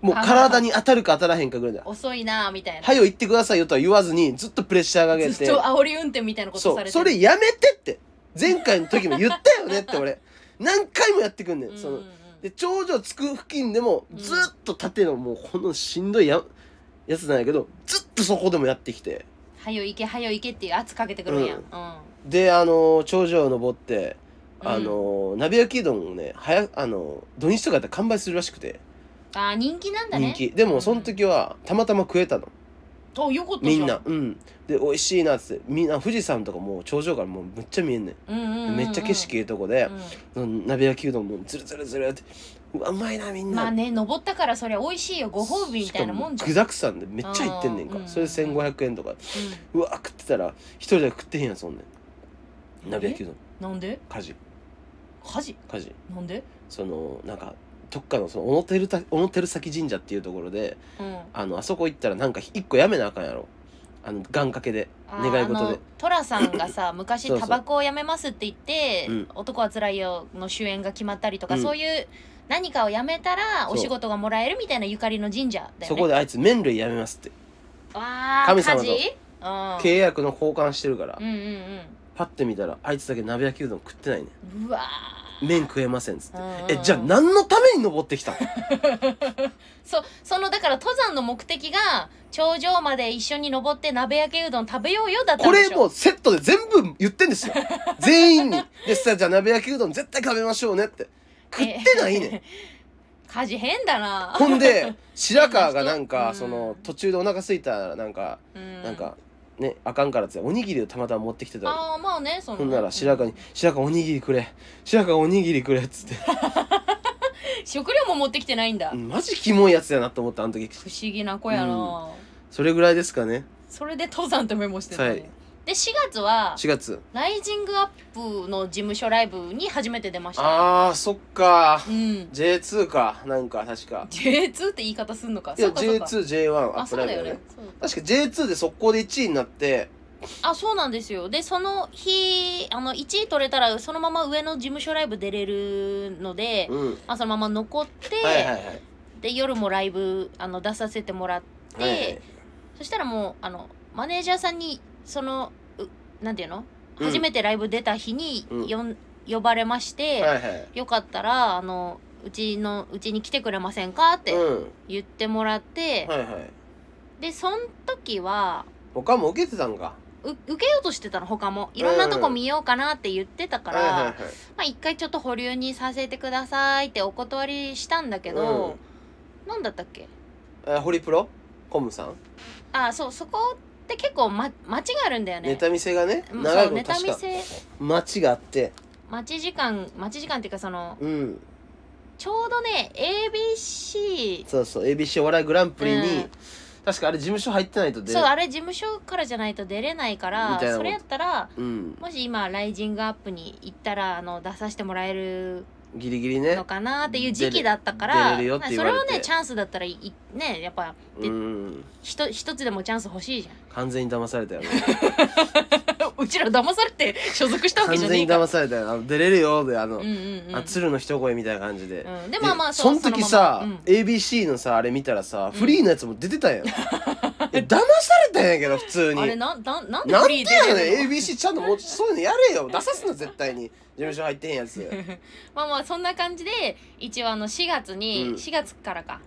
[SPEAKER 2] もう体に当たるか当たらへんかぐらいだ。
[SPEAKER 1] 遅いなーみたいな、
[SPEAKER 2] はよ行ってくださいよとは言わずに、ずっとプレッシャーかけ
[SPEAKER 1] ず
[SPEAKER 2] て
[SPEAKER 1] っ。と煽り運転みたいなこと
[SPEAKER 2] そ
[SPEAKER 1] さ
[SPEAKER 2] う、
[SPEAKER 1] れて
[SPEAKER 2] それやめてって。前回の時も言ったよねって俺。何回もやってくんね。
[SPEAKER 1] うんん
[SPEAKER 2] そ
[SPEAKER 1] うん
[SPEAKER 2] の
[SPEAKER 1] うん
[SPEAKER 2] で、頂上着く付近でも、
[SPEAKER 1] うん
[SPEAKER 2] ずっと縦のもうこのしんどいややつなんやけど、ずっとそこでもやってきて。
[SPEAKER 1] はよ行けはよ行けっていう圧かけてくるんや、
[SPEAKER 2] うん
[SPEAKER 1] う
[SPEAKER 2] で、あのー頂上を登って、
[SPEAKER 1] うん
[SPEAKER 2] あのー鍋焼きうどんをね、早く、あのー土日とかやったら完売するらしくて、
[SPEAKER 1] ん、ああ人気なんだね
[SPEAKER 2] 人気。でも、その時は、たまたま食えたの。
[SPEAKER 1] あよかったじゃ
[SPEAKER 2] みんな、うん。で、美味しいなっつって、みんな富士山とかもう頂上からもうむっちゃ見えんねん。
[SPEAKER 1] うんうんうんうん
[SPEAKER 2] めっちゃ景色いいとこで
[SPEAKER 1] う、ん
[SPEAKER 2] その鍋焼きうどんもズルズルズルって、うわ、うまいな、みんな。
[SPEAKER 1] まあね登ったからそりゃ美味しいよご褒美みたいなもんじ
[SPEAKER 2] しか
[SPEAKER 1] ゃ
[SPEAKER 2] 具
[SPEAKER 1] ん
[SPEAKER 2] 沢山でめっちゃ入ってんねんか
[SPEAKER 1] あー
[SPEAKER 2] ら。それで1500円とか。
[SPEAKER 1] う
[SPEAKER 2] うわ、食ってたら、一人で食ってへんやん、そんねん。鍋焼きうどん、
[SPEAKER 1] んなんで
[SPEAKER 2] 家事、
[SPEAKER 1] 火事
[SPEAKER 2] 家事。
[SPEAKER 1] なんで
[SPEAKER 2] その、なんか、どっかのその小野照た小野照崎神社っていうところで、
[SPEAKER 1] うんあ
[SPEAKER 2] あの、あそこ行ったらなんか一個やめなあかんやろ。あの、願掛けで、
[SPEAKER 1] ー
[SPEAKER 2] 願い事
[SPEAKER 1] あの
[SPEAKER 2] で。
[SPEAKER 1] 寅さんがさ昔
[SPEAKER 2] そうそう
[SPEAKER 1] タバコをやめますって言って
[SPEAKER 2] うん
[SPEAKER 1] 「男はつらいよ」の主演が決まったりとか、
[SPEAKER 2] うん
[SPEAKER 1] そういう何かをやめたら
[SPEAKER 2] そう
[SPEAKER 1] お仕事がもらえるみたいなゆかりの神社だよね
[SPEAKER 2] そこであいつ麺類やめますって。
[SPEAKER 1] わあ
[SPEAKER 2] 神様と
[SPEAKER 1] 火事
[SPEAKER 2] 契約の交換してるから、
[SPEAKER 1] うんうんうん
[SPEAKER 2] パッて見たらあいつだけ鍋焼きうどん食ってないね
[SPEAKER 1] うんうわー
[SPEAKER 2] 麺食えませんっつって、
[SPEAKER 1] うんうん
[SPEAKER 2] えじゃあ何のために登っ
[SPEAKER 1] *laughs*
[SPEAKER 2] てきたの
[SPEAKER 1] そそのだから登山の目的が頂上まで一緒に登って鍋焼けうどん食べようよだった
[SPEAKER 2] こ
[SPEAKER 1] んで
[SPEAKER 2] れ
[SPEAKER 1] しょ
[SPEAKER 2] もうセットで全部言って
[SPEAKER 1] *laughs*
[SPEAKER 2] んですよ全員にでさじゃあ鍋焼きうどん絶対食べましょうねって食ってないねん、
[SPEAKER 1] 家事変だな
[SPEAKER 2] ほん
[SPEAKER 1] *laughs*
[SPEAKER 2] で白川がなん
[SPEAKER 1] う
[SPEAKER 2] か
[SPEAKER 1] ん
[SPEAKER 2] その途中でお腹空いたらなんか、
[SPEAKER 1] な
[SPEAKER 2] なんかねあかんからっつっておにぎりをたまたま持ってきてたの
[SPEAKER 1] ああまあねその
[SPEAKER 2] ほんなら白川に「白川おにぎりくれ白川おにぎりくれ」っつって
[SPEAKER 1] 食料も持ってきてないんだ、
[SPEAKER 2] うんマジキモいやつやなと思ったあの時
[SPEAKER 1] 不思議な子やな、
[SPEAKER 2] うそれぐらいですかね
[SPEAKER 1] それで登山とメモしてた、ね
[SPEAKER 2] はい
[SPEAKER 1] で4月は
[SPEAKER 2] 4月
[SPEAKER 1] ライジングアップの事務所ライブに初めて出ましたね
[SPEAKER 2] あーそっか
[SPEAKER 1] うん
[SPEAKER 2] J2 かなんか確か
[SPEAKER 1] J2 って言い方すんのか
[SPEAKER 2] いや
[SPEAKER 1] そうかそうか
[SPEAKER 2] J2J1 ア
[SPEAKER 1] あ
[SPEAKER 2] ップ
[SPEAKER 1] そう
[SPEAKER 2] ライ
[SPEAKER 1] だ
[SPEAKER 2] ブ
[SPEAKER 1] よ
[SPEAKER 2] だ
[SPEAKER 1] ね
[SPEAKER 2] ね
[SPEAKER 1] そう
[SPEAKER 2] 確か J2 で速攻で1位になって
[SPEAKER 1] あそうなんですよでその日あの1位取れたらそのまま上の事務所ライブ出れるので、
[SPEAKER 2] うん
[SPEAKER 1] まあ、そのまま残って、
[SPEAKER 2] はいはいはい
[SPEAKER 1] で夜もライブあの出させてもらって
[SPEAKER 2] はいはい
[SPEAKER 1] そしたらもうあのマネージャーさんにそのうなんていうの
[SPEAKER 2] うん
[SPEAKER 1] 初めてライブ出た日に
[SPEAKER 2] うん
[SPEAKER 1] よん呼ばれまして、
[SPEAKER 2] はいはい
[SPEAKER 1] よかったらあのうちのうちに来てくれませんかって
[SPEAKER 2] うん
[SPEAKER 1] 言ってもらって、
[SPEAKER 2] はいはい
[SPEAKER 1] でそん時は
[SPEAKER 2] 他も受けてたんか
[SPEAKER 1] う受けようとしてたの他もいろんなとこ見ようかなって言ってたから、
[SPEAKER 2] はいはいはい
[SPEAKER 1] まあ一回ちょっと保留にさせてくださいってお断りしたんだけど、なんだったっけ
[SPEAKER 2] えーホリプロコムさん
[SPEAKER 1] あそうそこって結構、ま、間違あるんだよね
[SPEAKER 2] ネタ見せがね
[SPEAKER 1] うん
[SPEAKER 2] 長
[SPEAKER 1] そ
[SPEAKER 2] い
[SPEAKER 1] う
[SPEAKER 2] こ
[SPEAKER 1] ネ
[SPEAKER 2] と
[SPEAKER 1] タ
[SPEAKER 2] 確
[SPEAKER 1] 見
[SPEAKER 2] か
[SPEAKER 1] せ
[SPEAKER 2] 待ちがあって
[SPEAKER 1] 待ち時間待ち時間っていうかその
[SPEAKER 2] うん
[SPEAKER 1] ちょうどね ABC
[SPEAKER 2] そうそう ABC お笑いグランプリ
[SPEAKER 1] う
[SPEAKER 2] に
[SPEAKER 1] ん
[SPEAKER 2] 確かあれ事務所入ってないと出
[SPEAKER 1] そうあれ事務所からじゃないと出れないか
[SPEAKER 2] み
[SPEAKER 1] ら
[SPEAKER 2] たいなこと
[SPEAKER 1] それやったら
[SPEAKER 2] うん
[SPEAKER 1] もし今ライジングアップに行ったらあの出させてもらえる
[SPEAKER 2] ギリギリね
[SPEAKER 1] のかなっていう時期だったから
[SPEAKER 2] 出れるよって言
[SPEAKER 1] それ
[SPEAKER 2] われて
[SPEAKER 1] はねチャンスだったらいいねやっぱで
[SPEAKER 2] うん
[SPEAKER 1] ひと一つでもチャンス欲しいじゃん
[SPEAKER 2] 完全に騙され
[SPEAKER 1] *laughs*
[SPEAKER 2] たよね
[SPEAKER 1] うちら騙されて所属したわ
[SPEAKER 2] 完
[SPEAKER 1] けじゃね
[SPEAKER 2] 全
[SPEAKER 1] え
[SPEAKER 2] に
[SPEAKER 1] から
[SPEAKER 2] 騙されたよあの出れるよであ
[SPEAKER 1] う
[SPEAKER 2] の、
[SPEAKER 1] んうんうん
[SPEAKER 2] あ鶴の一声みたいな感じで、
[SPEAKER 1] うんでまあまあ
[SPEAKER 2] そうの時さ、
[SPEAKER 1] そのまま
[SPEAKER 2] ABC のさあれ見たらさ、フリーのやつも出てた
[SPEAKER 1] *laughs*
[SPEAKER 2] んやんいや騙されたんやけど普通
[SPEAKER 1] うん
[SPEAKER 2] に
[SPEAKER 1] あれなななんで
[SPEAKER 2] なん
[SPEAKER 1] フ
[SPEAKER 2] て
[SPEAKER 1] リーで
[SPEAKER 2] やねん ABC ちゃんともうそういうのやれよ出さすの絶対に事務所入ってへんやつ
[SPEAKER 1] *laughs* まあまあそんな感じで一応あの4月に、
[SPEAKER 2] うん
[SPEAKER 1] 4月からか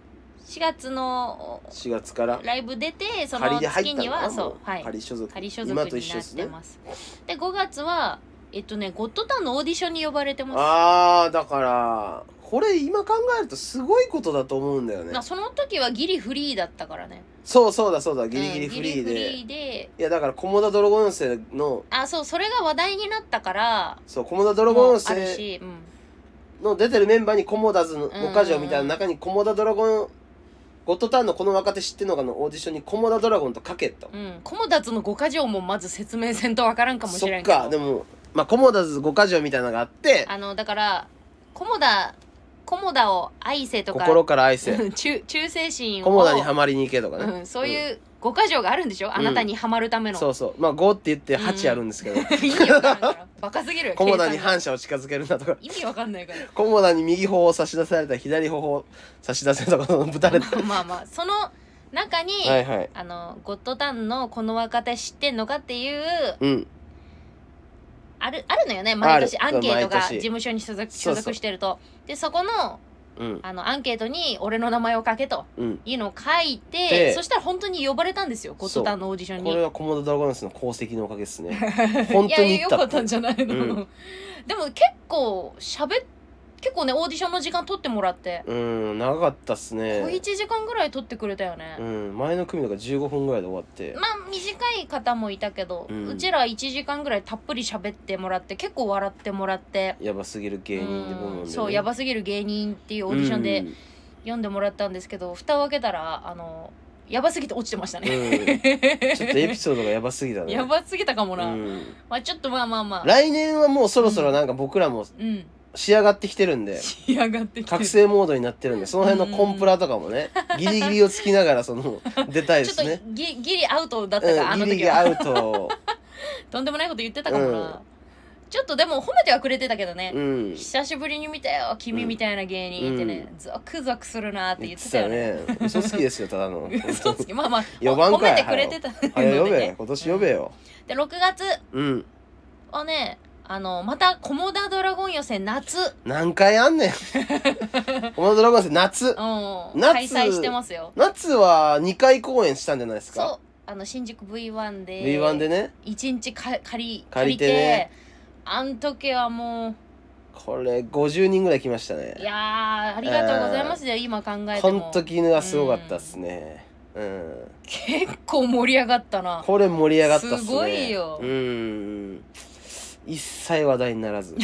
[SPEAKER 1] 4月の
[SPEAKER 2] 4月から
[SPEAKER 1] ライブ出てそ
[SPEAKER 2] 仮
[SPEAKER 1] の
[SPEAKER 2] で入
[SPEAKER 1] 月
[SPEAKER 2] った
[SPEAKER 1] に
[SPEAKER 2] のか
[SPEAKER 1] は
[SPEAKER 2] な
[SPEAKER 1] そ
[SPEAKER 2] も
[SPEAKER 1] うはい
[SPEAKER 2] 仮所属
[SPEAKER 1] 仮所属にな
[SPEAKER 2] 今
[SPEAKER 1] っ
[SPEAKER 2] と一緒です
[SPEAKER 1] て
[SPEAKER 2] ね
[SPEAKER 1] ますで5月はえっとねゴッドタンのオーディションに呼ばれてま
[SPEAKER 2] あーだからこれ今考えるとすごいことだと思うんだよ
[SPEAKER 1] す、
[SPEAKER 2] ね
[SPEAKER 1] まあ、その時はギリフリーだったからね
[SPEAKER 2] そうそうだそうだギリ
[SPEAKER 1] うん
[SPEAKER 2] ギリフリーで、
[SPEAKER 1] ギリフリーで
[SPEAKER 2] いやだから菰田泥棒温泉の
[SPEAKER 1] あそうそれが話題になったから
[SPEAKER 2] そう菰田泥棒温
[SPEAKER 1] もうある
[SPEAKER 2] 泉
[SPEAKER 1] し、うん、
[SPEAKER 2] の出てるメンバーにコモダズの
[SPEAKER 1] んうんうん
[SPEAKER 2] 5か条みたいな中にコモダドラゴンゴッドターンのこの若手知ってんのかのオーディションにコモダドラゴンとかけと
[SPEAKER 1] うん、コモダツの五箇条もまず説明せんとわからんかもし
[SPEAKER 2] そ
[SPEAKER 1] れ
[SPEAKER 2] っ
[SPEAKER 1] んけど
[SPEAKER 2] かでもまあコモダズ5か条みたいなのがあって
[SPEAKER 1] あのだからコモダコモダを愛せとか *laughs*
[SPEAKER 2] 心から愛せ
[SPEAKER 1] うん忠忠誠心を
[SPEAKER 2] コモダにはまりに行けとか
[SPEAKER 1] う
[SPEAKER 2] ね
[SPEAKER 1] ん、そういう五箇条があるんでしょ、あなたにはまるための
[SPEAKER 2] そうそうまあ5って言って8あるんですけど
[SPEAKER 1] *laughs* 意味わからんからバカすぎる
[SPEAKER 2] *laughs* コモダに
[SPEAKER 1] 計算が
[SPEAKER 2] 反射を近づけるなと
[SPEAKER 1] *laughs*
[SPEAKER 2] か
[SPEAKER 1] 意味わかんないから
[SPEAKER 2] コモダに右頬を差し出されたら左頬を差し出せとかそのぶたれた
[SPEAKER 1] まあまあその中に、
[SPEAKER 2] はいはい
[SPEAKER 1] あのゴッドタンのこの若手知ってんのかっていう
[SPEAKER 2] うん
[SPEAKER 1] あるあるのよね毎年
[SPEAKER 2] あ
[SPEAKER 1] ア
[SPEAKER 2] る
[SPEAKER 1] ンケートが
[SPEAKER 2] 毎年
[SPEAKER 1] 事務所に所属
[SPEAKER 2] そうそう
[SPEAKER 1] 所属してるとでそこの
[SPEAKER 2] うん
[SPEAKER 1] あのアンケートに俺の名前を書けと
[SPEAKER 2] うん
[SPEAKER 1] いうのを書いて
[SPEAKER 2] で
[SPEAKER 1] そしたら本当に呼ばれたんですよゴッドタンのオーディションに
[SPEAKER 2] これはコモダドラゴンズの功績のおかげです
[SPEAKER 1] *laughs*
[SPEAKER 2] ね本当に
[SPEAKER 1] いや
[SPEAKER 2] 行
[SPEAKER 1] よ
[SPEAKER 2] った
[SPEAKER 1] か
[SPEAKER 2] っ
[SPEAKER 1] ってたんじゃないの、
[SPEAKER 2] うん
[SPEAKER 1] でも結構喋っ結構ねオーディションの時間取ってもらって、
[SPEAKER 2] うん長かったっすね
[SPEAKER 1] 小1時間ぐらい取ってくれたよね
[SPEAKER 2] う、ん前の組とか15分ぐらいで終わって
[SPEAKER 1] まあ短い方もいたけど、
[SPEAKER 2] う
[SPEAKER 1] うんちら1時間ぐらいたっぷり喋ってもらって結構笑ってもらって
[SPEAKER 2] やばすぎる芸人で部門で、
[SPEAKER 1] うん
[SPEAKER 2] ね、
[SPEAKER 1] そうやばすぎる芸人っていうオーディションで読んでもらったんですけど、蓋を開けたらあのやばすぎて落ちてました
[SPEAKER 2] うん、
[SPEAKER 1] ね、 *laughs*
[SPEAKER 2] うんちょっとエピソードがやばすぎだね
[SPEAKER 1] やばすぎたかもな、
[SPEAKER 2] うん
[SPEAKER 1] まあちょっとまあまあまあ
[SPEAKER 2] 来年はもうそろそろなんか僕らも
[SPEAKER 1] うん
[SPEAKER 2] 仕上がってきてるんで
[SPEAKER 1] 仕上がってきて
[SPEAKER 2] 覚
[SPEAKER 1] る
[SPEAKER 2] 醒モードになってる
[SPEAKER 1] *laughs*
[SPEAKER 2] んでその辺のコンプラとかもねギリギリをつきながら
[SPEAKER 1] *laughs*
[SPEAKER 2] その出たいで
[SPEAKER 1] ちょっ
[SPEAKER 2] す
[SPEAKER 1] と
[SPEAKER 2] ね
[SPEAKER 1] ギギリアウトだったか、あ
[SPEAKER 2] うん、
[SPEAKER 1] の
[SPEAKER 2] ギリギ
[SPEAKER 1] 時
[SPEAKER 2] リ
[SPEAKER 1] は
[SPEAKER 2] ア
[SPEAKER 1] *laughs*
[SPEAKER 2] ウト、
[SPEAKER 1] とんでもないこと言ってたかもな、
[SPEAKER 2] うん
[SPEAKER 1] ちょっとでも褒めてはくれてたけどね、
[SPEAKER 2] うん、
[SPEAKER 1] 久しぶりに見たよ君みたいな芸人ってね、ゾクゾクするなって言ってたよね
[SPEAKER 2] 言ってたよね嘘つきですよただ
[SPEAKER 1] *laughs*
[SPEAKER 2] の
[SPEAKER 1] 嘘つきまあまあ
[SPEAKER 2] *laughs* 呼ばん
[SPEAKER 1] 褒
[SPEAKER 2] か
[SPEAKER 1] め
[SPEAKER 2] い
[SPEAKER 1] てくれてた
[SPEAKER 2] 早
[SPEAKER 1] *laughs*
[SPEAKER 2] よ
[SPEAKER 1] の
[SPEAKER 2] 呼
[SPEAKER 1] で
[SPEAKER 2] べ
[SPEAKER 1] ね
[SPEAKER 2] 今年呼べよ
[SPEAKER 1] で6月
[SPEAKER 2] うん
[SPEAKER 1] はねあのまた「コモダドラゴン予選夏」うん
[SPEAKER 2] 何回あ
[SPEAKER 1] *laughs*
[SPEAKER 2] んねんお前のドラゴンズ夏
[SPEAKER 1] 開催してますよ
[SPEAKER 2] 夏は2回公演したんじゃないです
[SPEAKER 1] そ
[SPEAKER 2] か
[SPEAKER 1] うあの新宿 V1 で
[SPEAKER 2] V1 でね
[SPEAKER 1] 1日か借り
[SPEAKER 2] 借
[SPEAKER 1] 借
[SPEAKER 2] り
[SPEAKER 1] り
[SPEAKER 2] て
[SPEAKER 1] て
[SPEAKER 2] ね
[SPEAKER 1] あん時はもう
[SPEAKER 2] これ50人ぐらい来ましたね
[SPEAKER 1] いやーありがとうございますよ、今考えて
[SPEAKER 2] こ
[SPEAKER 1] も
[SPEAKER 2] の時のはすごかったっすねうん
[SPEAKER 1] 結構盛り上がったな *laughs*
[SPEAKER 2] これ盛り上がったっすね
[SPEAKER 1] すごいよ
[SPEAKER 2] うん一切話題にならず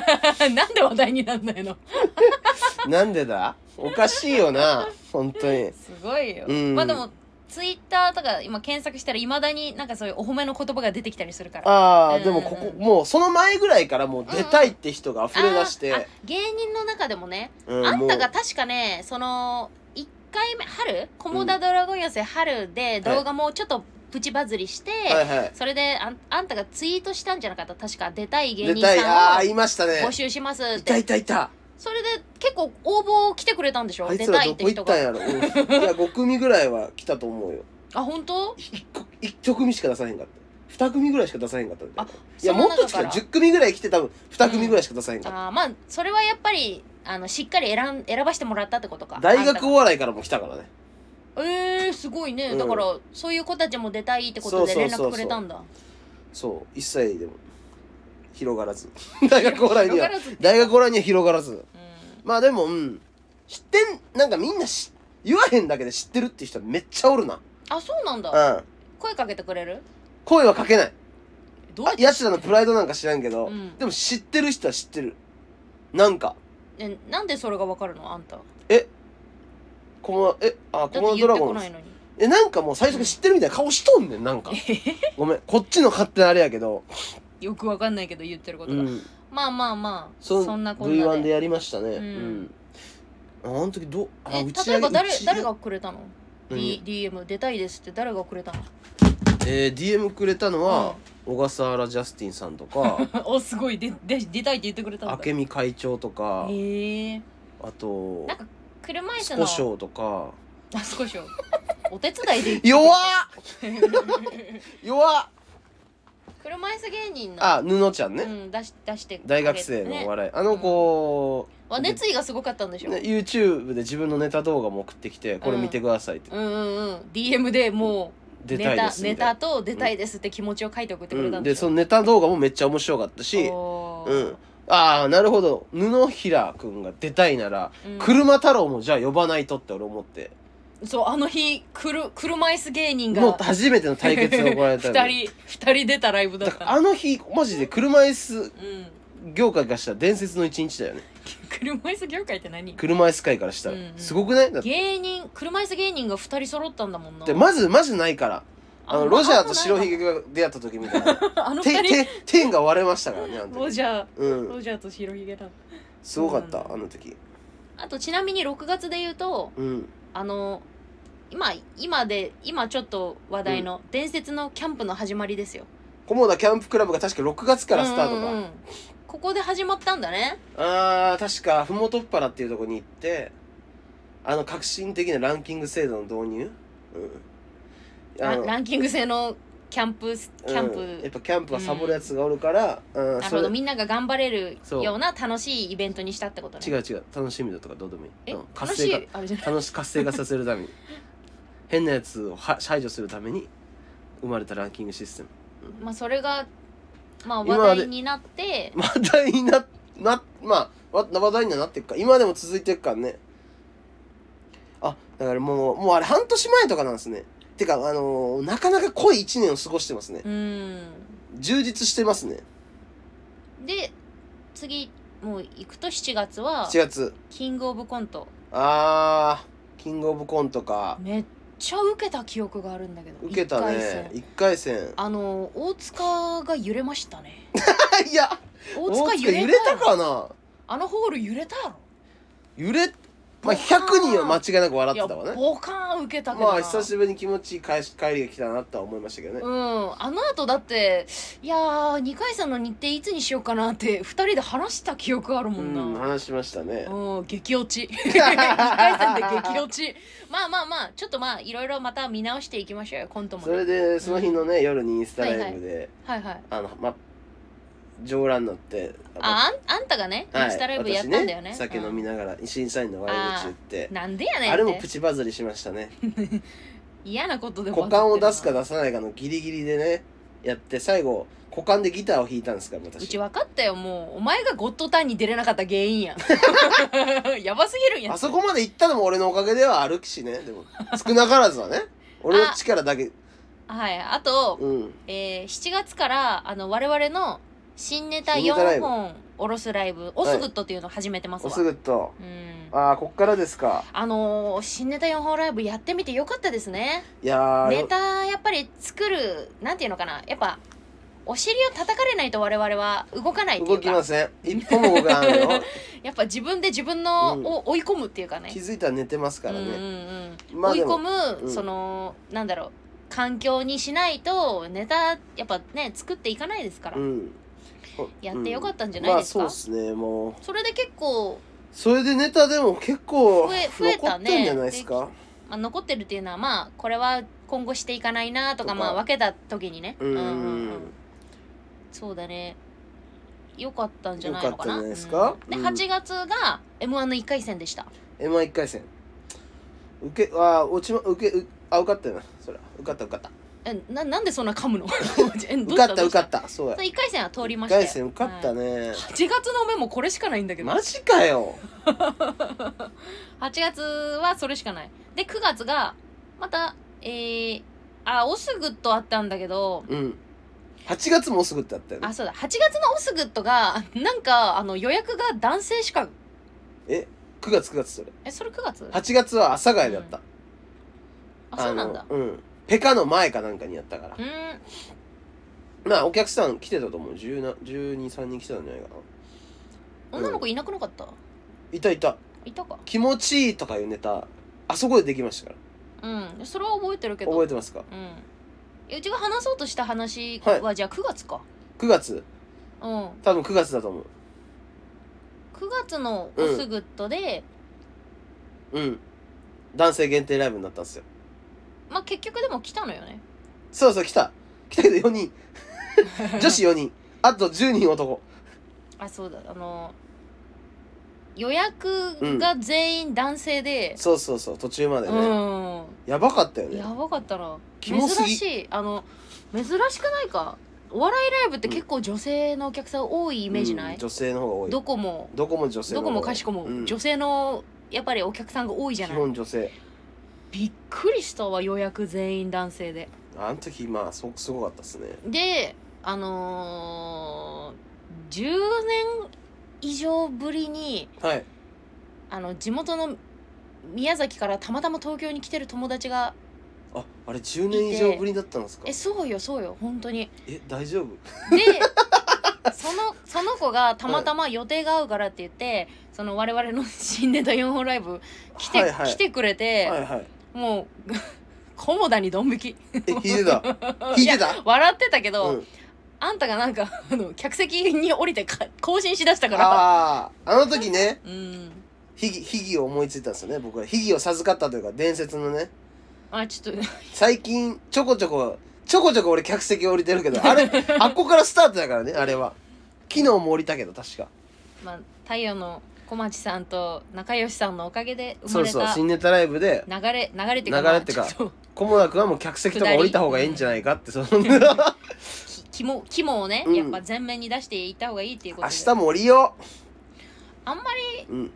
[SPEAKER 2] *laughs*
[SPEAKER 1] なんで話題になんないの
[SPEAKER 2] なんでだおかしいよな本当に
[SPEAKER 1] すごいよ、
[SPEAKER 2] うん
[SPEAKER 1] まあでもツイッターとか今検索したらいまだになんかそういうお褒めの言葉が出てきたりするから
[SPEAKER 2] ああ、
[SPEAKER 1] うん
[SPEAKER 2] でもここもうその前ぐらいからもう出たいって人が溢れ出して、
[SPEAKER 1] あーあ芸人の中でもね、
[SPEAKER 2] う
[SPEAKER 1] あんたが
[SPEAKER 2] も
[SPEAKER 1] 確かねその1回目春「コモダドラゴン寄せ春」で動画もちょっとプチバズりして、
[SPEAKER 2] うはいはい
[SPEAKER 1] それであんあんたがツイートしたんじゃなかった確か出たい芸
[SPEAKER 2] 出
[SPEAKER 1] 人
[SPEAKER 2] たいあ
[SPEAKER 1] さ
[SPEAKER 2] あ
[SPEAKER 1] ん
[SPEAKER 2] ーいましたね
[SPEAKER 1] を募集しますっ
[SPEAKER 2] いた
[SPEAKER 1] て
[SPEAKER 2] いたいた
[SPEAKER 1] それで結構応募来てくれたんでしょ
[SPEAKER 2] あい
[SPEAKER 1] 出
[SPEAKER 2] つら
[SPEAKER 1] たい
[SPEAKER 2] ど
[SPEAKER 1] って
[SPEAKER 2] こ行
[SPEAKER 1] 人
[SPEAKER 2] ったん
[SPEAKER 1] が
[SPEAKER 2] や *laughs* ろ、うんいや5組ぐらいは来たと思うよ
[SPEAKER 1] あ本当
[SPEAKER 2] 1曲目しか出さへんかった2組ぐらいしか出さへんかったみたい
[SPEAKER 1] あ
[SPEAKER 2] いや
[SPEAKER 1] その
[SPEAKER 2] もっ
[SPEAKER 1] 中
[SPEAKER 2] と近い
[SPEAKER 1] から
[SPEAKER 2] 10組ぐらい来て多分2組ぐらいしか出さへんかった、
[SPEAKER 1] あーまあそれはやっぱりあのしっかり選ん選ばしてもらったってことか
[SPEAKER 2] 大学
[SPEAKER 1] を
[SPEAKER 2] お笑いからも来たからね
[SPEAKER 1] えー、すごいね、
[SPEAKER 2] うん
[SPEAKER 1] だからそういう子たちも出たいってことで
[SPEAKER 2] そうそ
[SPEAKER 1] 連
[SPEAKER 2] うそうそう
[SPEAKER 1] 絡くれたんだ
[SPEAKER 2] そう一切でも広がらず *laughs* 大学お笑いには
[SPEAKER 1] 広がらずって
[SPEAKER 2] 大学お笑いには広がらず
[SPEAKER 1] うん
[SPEAKER 2] まあでもうん知ってんなんかみんなし言わへんだけで知ってるって人めっちゃおるな
[SPEAKER 1] あそうなんだ
[SPEAKER 2] うん
[SPEAKER 1] 声かけてくれる
[SPEAKER 2] 声はかけない
[SPEAKER 1] どう
[SPEAKER 2] あやつらのプライドなんか知らんけど、
[SPEAKER 1] うん
[SPEAKER 2] でも知ってる人は知ってるなんか
[SPEAKER 1] えなんでそれがわかるのあんただ
[SPEAKER 2] このえあ
[SPEAKER 1] って言
[SPEAKER 2] こ
[SPEAKER 1] っ
[SPEAKER 2] の
[SPEAKER 1] て
[SPEAKER 2] ドラ
[SPEAKER 1] こ
[SPEAKER 2] ゴン
[SPEAKER 1] な
[SPEAKER 2] ズ
[SPEAKER 1] いのに
[SPEAKER 2] えなんかもう最初から知ってるみたいな顔しとんねんなんかごめんこっちの勝手なあれやけど、
[SPEAKER 1] *laughs* よくわかんないけど言ってること
[SPEAKER 2] う
[SPEAKER 1] が、
[SPEAKER 2] ん、
[SPEAKER 1] まあまあまあ
[SPEAKER 2] そ
[SPEAKER 1] そ
[SPEAKER 2] の
[SPEAKER 1] んなこんな
[SPEAKER 2] V1 で
[SPEAKER 1] で
[SPEAKER 2] やりましたね
[SPEAKER 1] う
[SPEAKER 2] う
[SPEAKER 1] んん、
[SPEAKER 2] ああの時どうあ
[SPEAKER 1] え
[SPEAKER 2] 打ち
[SPEAKER 1] 例え
[SPEAKER 2] 上げ
[SPEAKER 1] ば誰
[SPEAKER 2] 打ち上げ
[SPEAKER 1] 誰がくれたの、D、
[SPEAKER 2] 何
[SPEAKER 1] DM 出たいですって誰がくれたの
[SPEAKER 2] えー、DM くれたのは、小笠原ジャスティンさん
[SPEAKER 1] *laughs*
[SPEAKER 2] とか
[SPEAKER 1] おすごいでで出たいって言ってくれたんだ
[SPEAKER 2] 明美会長とか
[SPEAKER 1] へえ
[SPEAKER 2] あと
[SPEAKER 1] なんか車椅
[SPEAKER 2] ス
[SPEAKER 1] 子
[SPEAKER 2] コ
[SPEAKER 1] の
[SPEAKER 2] ショウとか
[SPEAKER 1] あ少しをお手伝いで
[SPEAKER 2] 弱っ *laughs* 弱っ
[SPEAKER 1] 車椅子芸人の
[SPEAKER 2] あ布ちゃんね、
[SPEAKER 1] うん、出し出して
[SPEAKER 2] 大学生のお
[SPEAKER 1] ね、
[SPEAKER 2] 笑い、あの子、
[SPEAKER 1] わ熱意がすごかったんでしょ、
[SPEAKER 2] ね YouTube で自分のネタ動画も送ってきてこれ見てくださいって、
[SPEAKER 1] うんうんうん DM でもう
[SPEAKER 2] 出
[SPEAKER 1] ネ
[SPEAKER 2] たいで
[SPEAKER 1] タ
[SPEAKER 2] すみ
[SPEAKER 1] ネ
[SPEAKER 2] たい
[SPEAKER 1] タと出たいですって気持ちを書いて送ってくれ
[SPEAKER 2] な、
[SPEAKER 1] た
[SPEAKER 2] うんん、
[SPEAKER 1] で
[SPEAKER 2] で
[SPEAKER 1] しょ、
[SPEAKER 2] そのネタ動画もめっちゃ面白かったし
[SPEAKER 1] お
[SPEAKER 2] う
[SPEAKER 1] ー
[SPEAKER 2] んああなるほど布平くんが出たいなら、
[SPEAKER 1] うん
[SPEAKER 2] 車太郎もじゃあ呼ばないとって俺思って
[SPEAKER 1] そうあの日くる車椅子芸人が
[SPEAKER 2] もう初めての対決が行われた
[SPEAKER 1] *laughs* 二人二人出たライブだっ
[SPEAKER 2] だか
[SPEAKER 1] た
[SPEAKER 2] らあの日マジで車椅子
[SPEAKER 1] うん、
[SPEAKER 2] 業界からしたら伝説の一日だよね
[SPEAKER 1] 車椅子業界って何
[SPEAKER 2] 車椅子界からしたら、
[SPEAKER 1] うんうん
[SPEAKER 2] すごくないだって
[SPEAKER 1] 芸人車椅子芸人が二人揃ったんだもんな
[SPEAKER 2] でまずまずないからあのロジャーと白ひ
[SPEAKER 1] げ
[SPEAKER 2] げが出会った時みたいな
[SPEAKER 1] *laughs* あの
[SPEAKER 2] て
[SPEAKER 1] 二人
[SPEAKER 2] て天が割れましたか
[SPEAKER 1] *laughs*
[SPEAKER 2] らねあの
[SPEAKER 1] ロ
[SPEAKER 2] 時
[SPEAKER 1] ジャー
[SPEAKER 2] うん
[SPEAKER 1] ロジャーと白ひげだ
[SPEAKER 2] すごかった
[SPEAKER 1] そうなんだ
[SPEAKER 2] あの時
[SPEAKER 1] あとちなみに6月で言うと
[SPEAKER 2] うん
[SPEAKER 1] あの今今で今ちょっと話題の伝説のキャンプの始まりですよ
[SPEAKER 2] 菰田キャンプクラブが確か6月からスタートか、
[SPEAKER 1] うんうんうんここで始まったんだね
[SPEAKER 2] あー確かふもとっぱらっていうとこに行ってあの革新的なランキング制度の導入うん
[SPEAKER 1] ラ
[SPEAKER 2] あの
[SPEAKER 1] ランキング制のキャンプスキャンプ、
[SPEAKER 2] うんやっぱキャンプはサボるやつがおるから、うん
[SPEAKER 1] なる
[SPEAKER 2] そ
[SPEAKER 1] ほ
[SPEAKER 2] れ
[SPEAKER 1] どみんなが頑張れる
[SPEAKER 2] そう
[SPEAKER 1] ような楽しいイベントにしたってことね
[SPEAKER 2] 違う違う楽しみだとかどうでもいい
[SPEAKER 1] え
[SPEAKER 2] うん
[SPEAKER 1] 楽
[SPEAKER 2] 活
[SPEAKER 1] し
[SPEAKER 2] 性
[SPEAKER 1] いあれじゃな
[SPEAKER 2] 化
[SPEAKER 1] い
[SPEAKER 2] 楽し活性化させるた
[SPEAKER 1] *laughs*
[SPEAKER 2] めに変なやつをは排除するために生まれたランキングシステム
[SPEAKER 1] まあそれがまあ
[SPEAKER 2] 今
[SPEAKER 1] 話
[SPEAKER 2] まで
[SPEAKER 1] 題になって
[SPEAKER 2] 話題にななまあわ話題にはなってっか今でも続いてっからねあだからもうもうあれ半年前とかなんですねてかあのーなかなか濃い1年を過ごしてますね
[SPEAKER 1] うん
[SPEAKER 2] 充実してますね
[SPEAKER 1] で次もう行くと7月は
[SPEAKER 2] 7月
[SPEAKER 1] キングオブコント
[SPEAKER 2] あーキングオブコントか
[SPEAKER 1] めっちゃ受けた記憶があるんだけど
[SPEAKER 2] 受けた
[SPEAKER 1] 一回
[SPEAKER 2] ね
[SPEAKER 1] 戦
[SPEAKER 2] 1回戦
[SPEAKER 1] あの大塚が揺れましたね
[SPEAKER 2] *laughs*
[SPEAKER 1] *laughs*
[SPEAKER 2] いや
[SPEAKER 1] 大塚揺れ
[SPEAKER 2] 大
[SPEAKER 1] た
[SPEAKER 2] 揺れたかな
[SPEAKER 1] あのホール揺れたやろ
[SPEAKER 2] 揺れまあ
[SPEAKER 1] ボカーン
[SPEAKER 2] 100人は間違いなく笑
[SPEAKER 1] い
[SPEAKER 2] っ
[SPEAKER 1] や
[SPEAKER 2] てたわね
[SPEAKER 1] ボカーン受けたけど
[SPEAKER 2] まあ久しぶりに気持ちいい帰し帰りが来たなとは思いましたけどね
[SPEAKER 1] うんあの後だっていやー2回戦の日程いつにしようかなって2人で話した記憶あるもんな
[SPEAKER 2] うん話しましたね
[SPEAKER 1] うん、激落ち *laughs* 2回戦で激落ち *laughs* まあまあまあちょっとまあいろいろまた見直していきましょうよコントも
[SPEAKER 2] そ
[SPEAKER 1] ね
[SPEAKER 2] れでその日のね、夜にインスタライブで、
[SPEAKER 1] はいはい
[SPEAKER 2] あのま上覧になって
[SPEAKER 1] ああんあんたがねイ
[SPEAKER 2] はい
[SPEAKER 1] ンスタライブやったんだよね,、
[SPEAKER 2] 私酒飲みながら審査員の悪口言って
[SPEAKER 1] うんなんでやねん
[SPEAKER 2] あれもプ
[SPEAKER 1] チ
[SPEAKER 2] チバズりしました
[SPEAKER 1] *laughs*
[SPEAKER 2] ね
[SPEAKER 1] 嫌なことでも
[SPEAKER 2] 股間を出すか出さないかのギリギリでねやって最後股間でギターを弾いたんですから
[SPEAKER 1] う
[SPEAKER 2] 私
[SPEAKER 1] ち分かったよもうお前がゴッドタンに出れなかった原因や
[SPEAKER 2] *laughs*
[SPEAKER 1] やばすぎるんや
[SPEAKER 2] あそこまで行ったのも俺のおかげでは歩きしねでも少なからずは
[SPEAKER 1] *laughs*
[SPEAKER 2] ね俺の力だけ
[SPEAKER 1] はいあと、
[SPEAKER 2] うん
[SPEAKER 1] えー7月からあの我々の新ネタ
[SPEAKER 2] 新ネタライ
[SPEAKER 1] 4
[SPEAKER 2] ブ
[SPEAKER 1] 本おろすライブオスグッドっていうのを始めてます
[SPEAKER 2] お
[SPEAKER 1] わ、
[SPEAKER 2] すぐっと
[SPEAKER 1] うん
[SPEAKER 2] ああこっからですか
[SPEAKER 1] あのー新ネタ4本ライブやってみてよかったですね
[SPEAKER 2] いやー
[SPEAKER 1] ネタやっぱり作るなんていうのかなやっぱお尻を叩かれないと我々は動かないってい
[SPEAKER 2] 動
[SPEAKER 1] う
[SPEAKER 2] きま
[SPEAKER 1] か
[SPEAKER 2] せん一歩も動かな
[SPEAKER 1] *laughs*
[SPEAKER 2] いよ
[SPEAKER 1] やっぱ自分で自分の
[SPEAKER 2] うん
[SPEAKER 1] を追い込むっていうかね
[SPEAKER 2] 気づいたら寝てますからね、
[SPEAKER 1] うんうんうん
[SPEAKER 2] まあ
[SPEAKER 1] 追い
[SPEAKER 2] でも
[SPEAKER 1] 込む、
[SPEAKER 2] うん
[SPEAKER 1] そのなんだろう環境にしないとネタやっぱね作っていかないですから、
[SPEAKER 2] うん、
[SPEAKER 1] やってよかったんじゃ
[SPEAKER 2] う
[SPEAKER 1] ないですか、
[SPEAKER 2] まあそうですねもう
[SPEAKER 1] それで結構、
[SPEAKER 2] それでネタでも結構
[SPEAKER 1] 増え増えたね
[SPEAKER 2] 残ってんじゃないですか
[SPEAKER 1] まあ、残ってるっていうのはまあこれは今後していかないなとか
[SPEAKER 2] とか
[SPEAKER 1] まあ分けた時にね
[SPEAKER 2] うん
[SPEAKER 1] そうだねよかったんじゃないのかな
[SPEAKER 2] よかったんじゃないですか
[SPEAKER 1] うんで
[SPEAKER 2] うん
[SPEAKER 1] 8月が m 1の1回戦でした
[SPEAKER 2] m 1 1回戦受けあー落ちま受けうあ受かったよなそれ受かった受かった
[SPEAKER 1] えななんでそんな噛むの *laughs* えどう
[SPEAKER 2] 受
[SPEAKER 1] した
[SPEAKER 2] かった受
[SPEAKER 1] どう
[SPEAKER 2] か
[SPEAKER 1] し
[SPEAKER 2] ったそうや
[SPEAKER 1] そう1回戦は通りま
[SPEAKER 2] 1
[SPEAKER 1] したよ
[SPEAKER 2] 回戦受かった
[SPEAKER 1] ね
[SPEAKER 2] ね
[SPEAKER 1] 8月の目もこれしかないんだけど
[SPEAKER 2] マジかよ
[SPEAKER 1] 8月はそれしかないで9月がまたえー、あオスグッドあったんだけど
[SPEAKER 2] うん8月もすぐってあったよね
[SPEAKER 1] あそうだ8月のオスグッドがなんかあの予約が男性しか
[SPEAKER 2] 9月9月それ
[SPEAKER 1] えそれ9月
[SPEAKER 2] 8月は阿佐ヶ谷だった、
[SPEAKER 1] あそうなんだ
[SPEAKER 2] のうんペカの前かなんかにやったから
[SPEAKER 1] う、ーん
[SPEAKER 2] まあお客さん来てたと思う1213人来てたんじゃないかな
[SPEAKER 1] 女の子いなくなかった、
[SPEAKER 2] いたいた
[SPEAKER 1] いたか
[SPEAKER 2] 気持ちいいとかいうネタあそこでできましたか
[SPEAKER 1] うんそれは覚えてるけ
[SPEAKER 2] ら
[SPEAKER 1] ど
[SPEAKER 2] 覚えてますか
[SPEAKER 1] うんえうちが話そうとした話は、じゃあ9月か
[SPEAKER 2] 9月
[SPEAKER 1] うん
[SPEAKER 2] 多分9月だと思う
[SPEAKER 1] 9月のオスグッドで、
[SPEAKER 2] うん男性限定ライブになったんですよ
[SPEAKER 1] まあ結局でも来たのよね
[SPEAKER 2] そうそう来た来たけど4人
[SPEAKER 1] *laughs*
[SPEAKER 2] 女子4人あと10人男
[SPEAKER 1] あそうだあの予約が全員男性で
[SPEAKER 2] そうそうそう途中まで
[SPEAKER 1] う
[SPEAKER 2] ね、
[SPEAKER 1] ん、
[SPEAKER 2] やばかったよね
[SPEAKER 1] やばかったな
[SPEAKER 2] キ
[SPEAKER 1] 珍
[SPEAKER 2] モすぎ
[SPEAKER 1] しいあの珍しくないかお笑いライブって結構女性のお客さん多いイメージない、
[SPEAKER 2] うん女性の方が多い
[SPEAKER 1] どこも
[SPEAKER 2] どこも女性の
[SPEAKER 1] ど
[SPEAKER 2] 方
[SPEAKER 1] こ
[SPEAKER 2] が
[SPEAKER 1] もかしこも
[SPEAKER 2] うん
[SPEAKER 1] 女性のやっぱりお客さんが多いじゃ
[SPEAKER 2] 基
[SPEAKER 1] ない、
[SPEAKER 2] 本女性
[SPEAKER 1] びっくりしたわ予約全員男性で
[SPEAKER 2] あの時まあそすごかったですね
[SPEAKER 1] であのー、10年以上ぶりに
[SPEAKER 2] はい
[SPEAKER 1] あの地元の宮崎からたまたま東京に来てる友達が
[SPEAKER 2] ああれ10年以上ぶりだったんです
[SPEAKER 1] 「
[SPEAKER 2] か
[SPEAKER 1] えそうよそうよ本当
[SPEAKER 2] *laughs*
[SPEAKER 1] に
[SPEAKER 2] え大丈夫」
[SPEAKER 1] でそのその子がたまたま予定が合うからって言ってその我々の新ネタ4本ライブ来て,、
[SPEAKER 2] はいはい
[SPEAKER 1] 来てくれて、
[SPEAKER 2] はいはい
[SPEAKER 1] もう菰田にドン引き
[SPEAKER 2] え弾いてた弾いてた
[SPEAKER 1] 笑ってたけど、
[SPEAKER 2] うん、
[SPEAKER 1] あんたがなんかあの客席に降りてか更新しだしたから
[SPEAKER 2] あああの時ね
[SPEAKER 1] うん
[SPEAKER 2] 秘技秘技を思いついたんですよね僕は秘技を授かったというか伝説のね
[SPEAKER 1] あちょっと *laughs*
[SPEAKER 2] 最近ちょこちょこちょこちょこ俺客席降りてるけどあれあっこからスタートだからねあれは昨日も降りたけど確か
[SPEAKER 1] まあ太陽の小町さんと仲良しさんのおかげで生
[SPEAKER 2] そ
[SPEAKER 1] ま
[SPEAKER 2] う
[SPEAKER 1] れ
[SPEAKER 2] そう
[SPEAKER 1] た
[SPEAKER 2] 新ネタライブで
[SPEAKER 1] 流れ流れて
[SPEAKER 2] 流れてか
[SPEAKER 1] まあちょっと
[SPEAKER 2] 菰田君はもう客席とか降りた方がいいんじゃないかってその明
[SPEAKER 1] き肝肝をね、
[SPEAKER 2] うん
[SPEAKER 1] やっぱ前面に出していった方がいいっていうことで
[SPEAKER 2] 日も降りよ
[SPEAKER 1] あんまり
[SPEAKER 2] う、うん、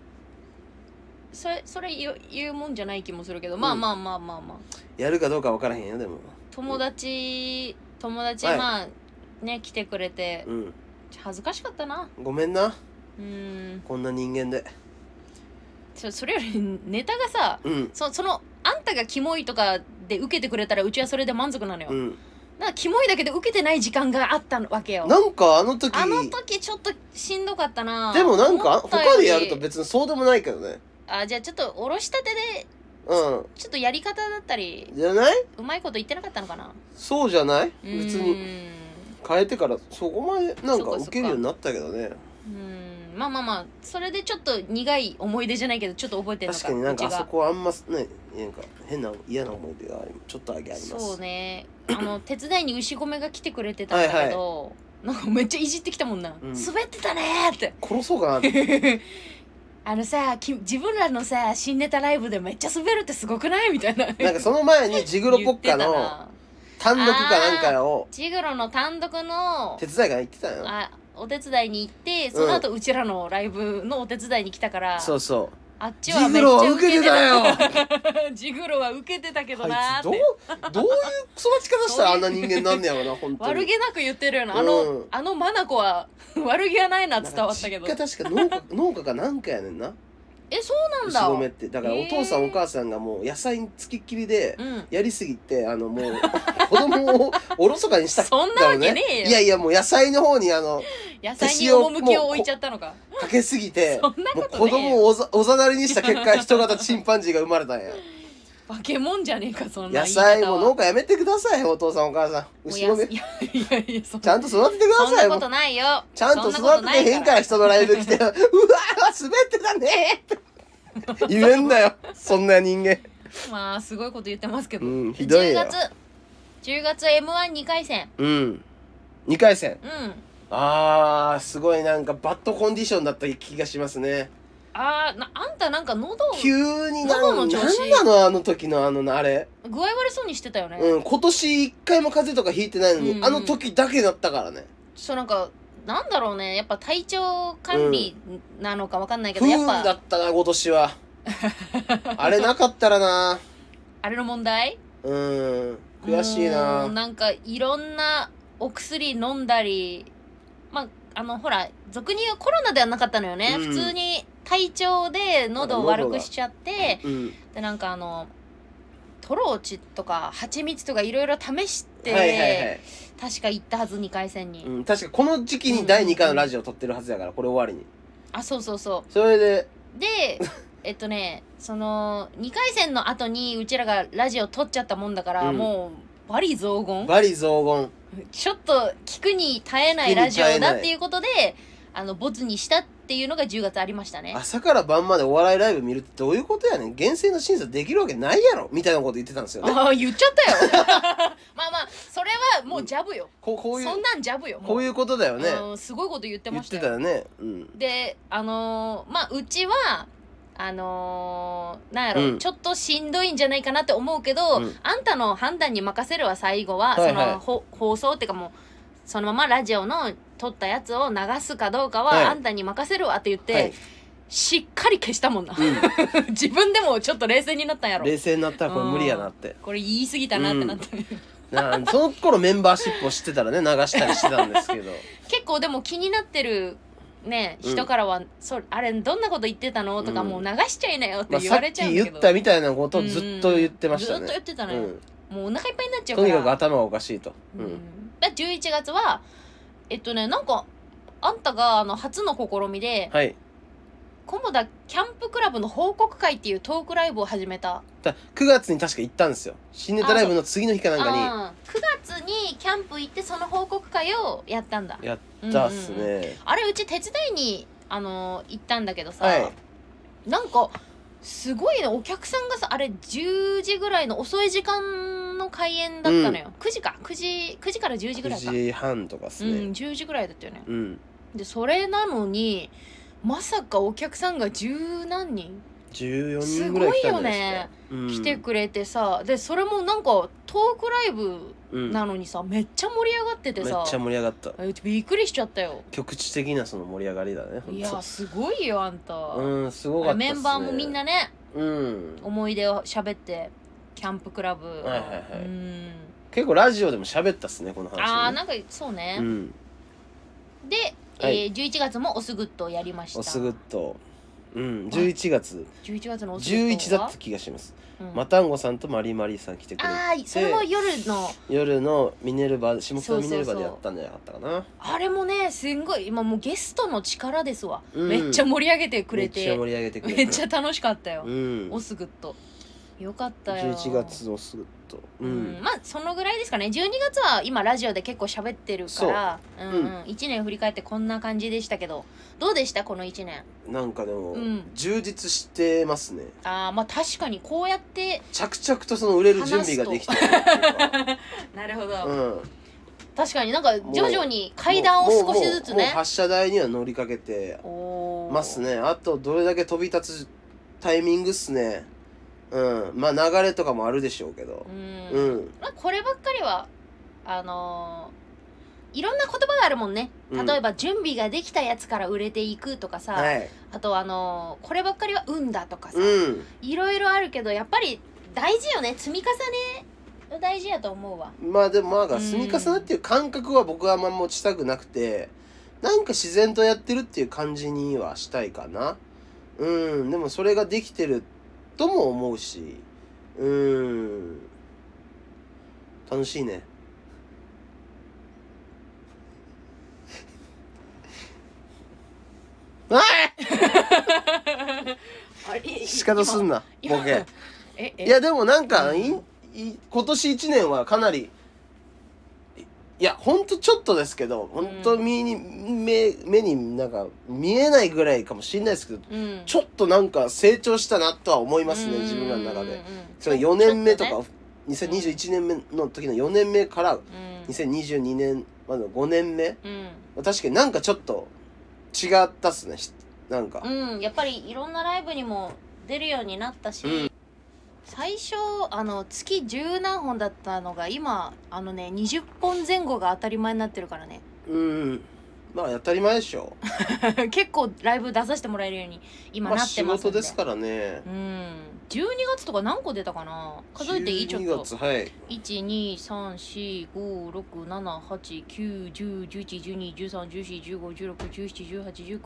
[SPEAKER 1] それそれ言う言うもんじゃない気もするけど、まあまあまあまあまあ
[SPEAKER 2] やるかどうか分からへんよでも
[SPEAKER 1] 友達友達、
[SPEAKER 2] はい
[SPEAKER 1] まあね来てくれて
[SPEAKER 2] うん
[SPEAKER 1] 恥ずかしかったな
[SPEAKER 2] ごめんな
[SPEAKER 1] うん
[SPEAKER 2] こんな人間で
[SPEAKER 1] そそれよりネタがさ
[SPEAKER 2] うん
[SPEAKER 1] そそのあんたがキモいとかで受けてくれたらうちはそれで満足なのよ、
[SPEAKER 2] うん
[SPEAKER 1] なんかキモいだけで受けてない時間があったわけよ
[SPEAKER 2] なんかあの時
[SPEAKER 1] あの時ちょっとしんどかったな
[SPEAKER 2] でもなんか
[SPEAKER 1] 思ったより
[SPEAKER 2] 他でやると別にそうでもないけどね
[SPEAKER 1] あじゃあちょっとおろしたてで
[SPEAKER 2] う
[SPEAKER 1] ちょっとやり方だったり
[SPEAKER 2] んじゃないう
[SPEAKER 1] まいこと言ってなかったのかな
[SPEAKER 2] そうじゃないう
[SPEAKER 1] ーん
[SPEAKER 2] 別に変えてからそこまでな
[SPEAKER 1] そ
[SPEAKER 2] ん
[SPEAKER 1] っか
[SPEAKER 2] か
[SPEAKER 1] そっか
[SPEAKER 2] 受けるようになったけどね
[SPEAKER 1] うーんまあまあまあそれでちょっと苦い思い出じゃないけどちょっと覚えてるの
[SPEAKER 2] 確
[SPEAKER 1] か
[SPEAKER 2] かになんかあそ
[SPEAKER 1] こ
[SPEAKER 2] こはあんまねなんか変な嫌な思い出がありちょっとだけあります
[SPEAKER 1] そうねあ
[SPEAKER 2] *clears throat*
[SPEAKER 1] の手伝いに牛込が来てくれてたんだけど、なんかめっちゃいじってきたもんな「
[SPEAKER 2] うん
[SPEAKER 1] 滑ってたね」って
[SPEAKER 2] 殺そうかなって *laughs*
[SPEAKER 1] *laughs* あのさき自分らのさ新ネタライブでめっちゃ滑るってすごくないみたいな
[SPEAKER 2] なんかその前にジグロポッ
[SPEAKER 1] 言
[SPEAKER 2] カ
[SPEAKER 1] ってた
[SPEAKER 2] の
[SPEAKER 1] な
[SPEAKER 2] 単独かなんかを
[SPEAKER 1] ジグロの単独の
[SPEAKER 2] 手伝いが行ってたよ
[SPEAKER 1] あお手伝いに行ってその後うちらのライブのお手伝いに来たから、
[SPEAKER 2] そうそう
[SPEAKER 1] あっち
[SPEAKER 2] ジ
[SPEAKER 1] はめ
[SPEAKER 2] グ
[SPEAKER 1] っち
[SPEAKER 2] ロは
[SPEAKER 1] ゃ
[SPEAKER 2] 受けてたよ *laughs* あい
[SPEAKER 1] よ *laughs* ジグロは受けてたけどなーっ
[SPEAKER 2] つ
[SPEAKER 1] て
[SPEAKER 2] どうどういう育ち方したらあんな人間なんねやろな本当に
[SPEAKER 1] 悪気なく言ってるよなあの、
[SPEAKER 2] うん
[SPEAKER 1] あのマナコは *laughs* 悪気はないな伝わったけど
[SPEAKER 2] なんか実家確か農家農家かなんかやねんな
[SPEAKER 1] えそう
[SPEAKER 2] 牛
[SPEAKER 1] な
[SPEAKER 2] 込
[SPEAKER 1] ん
[SPEAKER 2] めっ
[SPEAKER 1] だ
[SPEAKER 2] てだからお父さん
[SPEAKER 1] へー
[SPEAKER 2] お母さんがもう野菜につきっきりで
[SPEAKER 1] うん
[SPEAKER 2] やりすぎてあのもう *laughs* 子供をおろそかにし
[SPEAKER 1] *laughs*
[SPEAKER 2] た
[SPEAKER 1] そんなわけねえよ
[SPEAKER 2] いやいやもう野菜の方に
[SPEAKER 1] *laughs*
[SPEAKER 2] あの
[SPEAKER 1] 野菜に趣を置いちゃったのか
[SPEAKER 2] かけすぎて
[SPEAKER 1] そんな
[SPEAKER 2] もう
[SPEAKER 1] こと
[SPEAKER 2] 子
[SPEAKER 1] ねえよ
[SPEAKER 2] 供をおざおざなりにした結果人型チンパンジーが生まれたんや
[SPEAKER 1] 化け物じゃねえか *laughs* そんな
[SPEAKER 2] 野菜も農
[SPEAKER 1] 家
[SPEAKER 2] 家やめてくださいお父さんお母さん牛込め
[SPEAKER 1] いやいやいやそん
[SPEAKER 2] ちゃんと育ててくだ
[SPEAKER 1] そんな
[SPEAKER 2] さいも
[SPEAKER 1] こ
[SPEAKER 2] う
[SPEAKER 1] とないよ
[SPEAKER 2] ちゃんと
[SPEAKER 1] そなこ
[SPEAKER 2] 育ててへんから人のライブ来
[SPEAKER 1] *laughs*
[SPEAKER 2] *laughs* てうわ滑ってたねって言えんだよそんな人間
[SPEAKER 1] まあすごいこと言ってますけど、
[SPEAKER 2] うんひどいよ
[SPEAKER 1] 10月10月 m 1 2回戦
[SPEAKER 2] うん2回戦
[SPEAKER 1] うん
[SPEAKER 2] あーすごいなんかバッドコンディションだった気がしますね
[SPEAKER 1] あーなあんたなんか喉
[SPEAKER 2] 急になん
[SPEAKER 1] 喉の調子
[SPEAKER 2] なんなのあの時のあのあれ、
[SPEAKER 1] 具合悪そうにしてたよね、
[SPEAKER 2] うん、今年1回も風邪とかひいてないのに、
[SPEAKER 1] うん
[SPEAKER 2] あの時だけだったからね
[SPEAKER 1] そうなんかなんだろうねやっぱ体調管理なのかわかんないけ
[SPEAKER 2] 不
[SPEAKER 1] ど、や
[SPEAKER 2] 運
[SPEAKER 1] っ
[SPEAKER 2] だ
[SPEAKER 1] ぱ
[SPEAKER 2] ったな今年
[SPEAKER 1] *laughs*
[SPEAKER 2] はあれなかったらな
[SPEAKER 1] あれの問題
[SPEAKER 2] うん悔しいう
[SPEAKER 1] ーん
[SPEAKER 2] な
[SPEAKER 1] なんかいろんなお薬飲んだりまああのほら俗に言うコロナではなかったのよね、
[SPEAKER 2] うん
[SPEAKER 1] 普通に体調で喉を悪くしちゃって
[SPEAKER 2] うん
[SPEAKER 1] でなんかあのトローチとか蜂蜜とかいろいろ試して、
[SPEAKER 2] はいはいはい、
[SPEAKER 1] 確か行ったはず2回戦に、
[SPEAKER 2] うん、確かこの時期に第2回のラジオ撮ってるはずやからこれ終わりに
[SPEAKER 1] あそうそうそう
[SPEAKER 2] それで
[SPEAKER 1] で
[SPEAKER 2] *laughs*
[SPEAKER 1] えっとねその2回戦の後にうちらがラジオ撮っちゃったもんだから、
[SPEAKER 2] うん
[SPEAKER 1] もうバリ雑言
[SPEAKER 2] バリ雑言
[SPEAKER 1] ちょっと聞くに耐えないラジオだっていうことであのボツにしたっていうのが10月ありましたね
[SPEAKER 2] 朝から晩までお笑いライブ見るってどういうことやねん厳正な審査できるわけないやろみたいなこと言ってたんですよね
[SPEAKER 1] ああ言っちゃったよ *laughs* まあまあそれはもうジャブよ、
[SPEAKER 2] こうこうい
[SPEAKER 1] そん
[SPEAKER 2] う
[SPEAKER 1] なんジャブよも
[SPEAKER 2] こういうことだよね
[SPEAKER 1] うんすごいこと言って
[SPEAKER 2] 言
[SPEAKER 1] ま
[SPEAKER 2] っ
[SPEAKER 1] した
[SPEAKER 2] て
[SPEAKER 1] よ
[SPEAKER 2] たよねうん
[SPEAKER 1] であのーまあうちはあのーなんやろ、
[SPEAKER 2] うん
[SPEAKER 1] ちょっとしんどいんじゃないかなって思うけど、
[SPEAKER 2] うん
[SPEAKER 1] あんたの判断に任せるわ最後は、
[SPEAKER 2] はいはい
[SPEAKER 1] そのほ放送っていうかもうそのままラジオの撮ったやつを流すかどうかは、
[SPEAKER 2] はい
[SPEAKER 1] あんたに任せるわって言って、
[SPEAKER 2] はい
[SPEAKER 1] しっかり消したもんな、 *laughs* 自分でもちょっと冷静になったんやろ
[SPEAKER 2] 冷静になったらこれ無理やなって
[SPEAKER 1] これ言い過ぎたなってなった、
[SPEAKER 2] なあその頃メンバーシップを知ってたらね流したりしてたんですけ
[SPEAKER 1] *laughs*
[SPEAKER 2] ど
[SPEAKER 1] *laughs* 結構でも気になってるね
[SPEAKER 2] うん
[SPEAKER 1] 人からは、そあれどんなこと言ってたのとか、
[SPEAKER 2] うん
[SPEAKER 1] もう流しちゃいなよっ
[SPEAKER 2] ま
[SPEAKER 1] て
[SPEAKER 2] あ
[SPEAKER 1] 言
[SPEAKER 2] さ
[SPEAKER 1] わ
[SPEAKER 2] っ
[SPEAKER 1] れちゃう
[SPEAKER 2] き
[SPEAKER 1] んだ
[SPEAKER 2] 言
[SPEAKER 1] けど、
[SPEAKER 2] ったみたいなことをずっと言ってました
[SPEAKER 1] うんずっと言
[SPEAKER 2] ね
[SPEAKER 1] ってた
[SPEAKER 2] う
[SPEAKER 1] のよ、
[SPEAKER 2] ん
[SPEAKER 1] もうお腹いっぱいになっちゃう
[SPEAKER 2] と
[SPEAKER 1] から
[SPEAKER 2] にかく頭がおかしいとう
[SPEAKER 1] うん
[SPEAKER 2] ん
[SPEAKER 1] だから11月はえっとねなんかあんたがあの初の試みで
[SPEAKER 2] はい
[SPEAKER 1] 「コモダキャンプクラブの報告会」っていうトークライブを始めた
[SPEAKER 2] だ9月に確か行ったんですよ新ネタライブの次の日かなんか
[SPEAKER 1] あー9月にキャンプ行ってその報告会をやったんだ
[SPEAKER 2] にやったっすね、
[SPEAKER 1] うんうんうんあれうち手伝いにあの行ったんだけどさ、
[SPEAKER 2] はい
[SPEAKER 1] なんかすごいねお客さんがさあれ10時ぐらいの遅い時間の開演だったのよ、9時か9時9時から10時ぐら
[SPEAKER 2] 9
[SPEAKER 1] いか
[SPEAKER 2] 時半とかっす
[SPEAKER 1] うん
[SPEAKER 2] ね
[SPEAKER 1] 10時ぐらいだったよね
[SPEAKER 2] うん、
[SPEAKER 1] でそれなのにまさかお客さんが十何人
[SPEAKER 2] 14人ぐらい来たんじゃないです
[SPEAKER 1] 来
[SPEAKER 2] か
[SPEAKER 1] てくれてさ、でそれもなんかトークライブ
[SPEAKER 2] うんうん
[SPEAKER 1] なのにさ、めっちゃ盛り上がってて
[SPEAKER 2] めっ
[SPEAKER 1] さ
[SPEAKER 2] ちゃ盛り上がった
[SPEAKER 1] えびっくりしちゃったよ
[SPEAKER 2] 局地的なその盛り上がりだねほんと
[SPEAKER 1] いやすごいよあんた、
[SPEAKER 2] うんすごかったっす
[SPEAKER 1] メ
[SPEAKER 2] ね
[SPEAKER 1] ンバーもみんなね
[SPEAKER 2] うん
[SPEAKER 1] 思い出を喋ってキャンプクラブ、
[SPEAKER 2] はいはいはい
[SPEAKER 1] うん
[SPEAKER 2] 結構ラジオでも喋ったっすねこの話ね
[SPEAKER 1] あーなんかそうね、
[SPEAKER 2] うん
[SPEAKER 1] で、
[SPEAKER 2] はい
[SPEAKER 1] えー、11月もおすぐっとやりました
[SPEAKER 2] おすぐっとうん11月
[SPEAKER 1] 11月のおすぐっ
[SPEAKER 2] 11
[SPEAKER 1] と
[SPEAKER 2] だ
[SPEAKER 1] は
[SPEAKER 2] った気がします
[SPEAKER 1] うん
[SPEAKER 2] マタンゴさんとマリマリさん来てくれ
[SPEAKER 1] あーそれも夜の
[SPEAKER 2] て夜のミネルヴァ下北
[SPEAKER 1] そうそうそ
[SPEAKER 2] のミ
[SPEAKER 1] う
[SPEAKER 2] ネルヴァでやったんじゃなかったかな
[SPEAKER 1] あれもねすんごい今もうゲストの力ですわ、
[SPEAKER 2] うん
[SPEAKER 1] めっちゃ盛り上げてくれ
[SPEAKER 2] めっちゃ
[SPEAKER 1] て
[SPEAKER 2] 盛り上げてくれ
[SPEAKER 1] め
[SPEAKER 2] て
[SPEAKER 1] っちゃ楽しかったよ、
[SPEAKER 2] うん
[SPEAKER 1] おすぐっとよかったよ
[SPEAKER 2] 11月のすぐっと
[SPEAKER 1] う、
[SPEAKER 2] うんん
[SPEAKER 1] まあそのぐらいですかね12月は今ラジオで結構喋ってるからう、んうん1年振り返ってこんな感じでしたけどどうでしたこの1年
[SPEAKER 2] なんかでも
[SPEAKER 1] うん
[SPEAKER 2] 充実してますね
[SPEAKER 1] ああまあ確かにこうやって
[SPEAKER 2] 着々とその売れる準備ができてるっていうか
[SPEAKER 1] なるほ *laughs* ど、
[SPEAKER 2] うん
[SPEAKER 1] 確かになんか
[SPEAKER 2] もう
[SPEAKER 1] 徐々に階段を少しずつ
[SPEAKER 2] もうもうも
[SPEAKER 1] ね
[SPEAKER 2] う発射台には乗りかけて
[SPEAKER 1] おー
[SPEAKER 2] ますねあとどれだけ飛び立つタイミングっすねうんまあ流れとかもあるでしょうけど
[SPEAKER 1] うん
[SPEAKER 2] うん
[SPEAKER 1] まあ、こればっかりはあのーいろんな言葉があるもんね
[SPEAKER 2] うん
[SPEAKER 1] 例えば準備ができたやつから売れていくとかさ、
[SPEAKER 2] はい
[SPEAKER 1] あとあのーこればっかりは運だとかさ、
[SPEAKER 2] うん
[SPEAKER 1] いろいろあるけどやっぱり大事よね積み重ね大事やと思うわ
[SPEAKER 2] まあでもま
[SPEAKER 1] う
[SPEAKER 2] あ
[SPEAKER 1] ん
[SPEAKER 2] 積み重なっていう感覚は僕はあんま持ちたくなくてなんか自然とやってるっていう感じにはしたいかなうんでもそれができてるとも思うしうん楽しいねあい仕方すんな
[SPEAKER 1] 今
[SPEAKER 2] ボケ
[SPEAKER 1] ええ
[SPEAKER 2] いやでもなんか、
[SPEAKER 1] うん
[SPEAKER 2] いい今年1年はかなりいいやほんとちょっとですけどほんと目に、目目になんか見えないぐらいかもしれないですけど
[SPEAKER 1] うん
[SPEAKER 2] ちょっとなんか成長したなとは思います
[SPEAKER 1] う
[SPEAKER 2] ね
[SPEAKER 1] ん
[SPEAKER 2] 自分らの中
[SPEAKER 1] う
[SPEAKER 2] で
[SPEAKER 1] ん。
[SPEAKER 2] その4年目と
[SPEAKER 1] ちょっ
[SPEAKER 2] か2021年目の時の4年目から
[SPEAKER 1] ね
[SPEAKER 2] 2022年までの5年目
[SPEAKER 1] うん
[SPEAKER 2] 確かになんかちょっと違ったっすねしなんか
[SPEAKER 1] うん、うん、やっぱりいろんなライブにも出るようになったし、
[SPEAKER 2] うん
[SPEAKER 1] 最初あの月十何本だったのが今あのね20本前後が当たり前になってるからね *laughs*
[SPEAKER 2] うんまあ当たり前でしょ
[SPEAKER 1] 結構ライブ出させてもらえるように今
[SPEAKER 2] まあ
[SPEAKER 1] なって
[SPEAKER 2] 仕
[SPEAKER 1] ます
[SPEAKER 2] 事
[SPEAKER 1] んで,、
[SPEAKER 2] ですからね
[SPEAKER 1] うん12月とか何個出たかな数えていいちょっ
[SPEAKER 2] 12
[SPEAKER 1] と
[SPEAKER 2] 月はい
[SPEAKER 1] 12345678910111213141516171819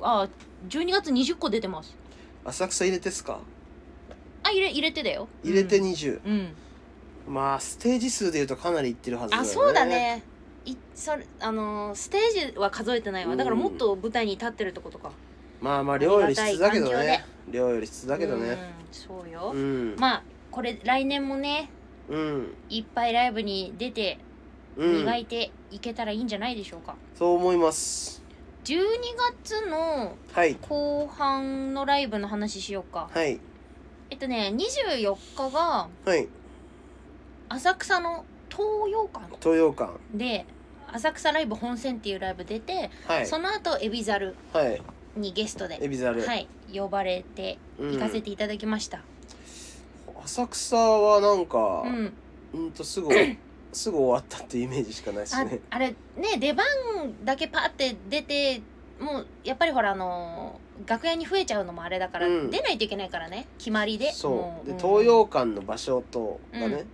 [SPEAKER 1] あ12月20個出てます
[SPEAKER 2] 浅草入れてっすか
[SPEAKER 1] あ入れ入れてだよ
[SPEAKER 2] 入れて20、
[SPEAKER 1] うん、うん
[SPEAKER 2] まあステージ数でいうとかなりいってるはずだよ
[SPEAKER 1] あ
[SPEAKER 2] ね
[SPEAKER 1] そうだねいそれあのーステージは数えてないわだからもっと舞台に立ってるってことか
[SPEAKER 2] まあまあ量より質だけど
[SPEAKER 1] ありがたい
[SPEAKER 2] ね量より質だけど
[SPEAKER 1] うん
[SPEAKER 2] ね
[SPEAKER 1] そう
[SPEAKER 2] う
[SPEAKER 1] よ、
[SPEAKER 2] ん
[SPEAKER 1] まあこれ来年もね
[SPEAKER 2] うん
[SPEAKER 1] いっぱいライブに出て
[SPEAKER 2] うん
[SPEAKER 1] 磨いていけたらいいんじゃないでしょうか、
[SPEAKER 2] そう思います
[SPEAKER 1] 12月の
[SPEAKER 2] はい
[SPEAKER 1] 後半のライブの話しようか
[SPEAKER 2] はい
[SPEAKER 1] えっとね24日が
[SPEAKER 2] はい
[SPEAKER 1] 浅草の東洋館
[SPEAKER 2] 東洋館
[SPEAKER 1] で浅草ライブ本線っていうライブ出て、
[SPEAKER 2] はい
[SPEAKER 1] その後エビザル
[SPEAKER 2] はい
[SPEAKER 1] にゲストで
[SPEAKER 2] エビザル
[SPEAKER 1] はい呼ばれて
[SPEAKER 2] うん
[SPEAKER 1] 行かせていただきました
[SPEAKER 2] 浅草はなんか
[SPEAKER 1] うん、
[SPEAKER 2] うん
[SPEAKER 1] *coughs*
[SPEAKER 2] とすぐすぐ終わったっていうイメージしかないです
[SPEAKER 1] あ
[SPEAKER 2] ね
[SPEAKER 1] あれね出番だけパーって出てもうやっぱりほらあのー楽屋に増えちゃうのもあれだから、
[SPEAKER 2] うん
[SPEAKER 1] 出ないといけないからね決まりでも
[SPEAKER 2] そうで
[SPEAKER 1] ん
[SPEAKER 2] 東洋館の場所とが
[SPEAKER 1] う
[SPEAKER 2] ね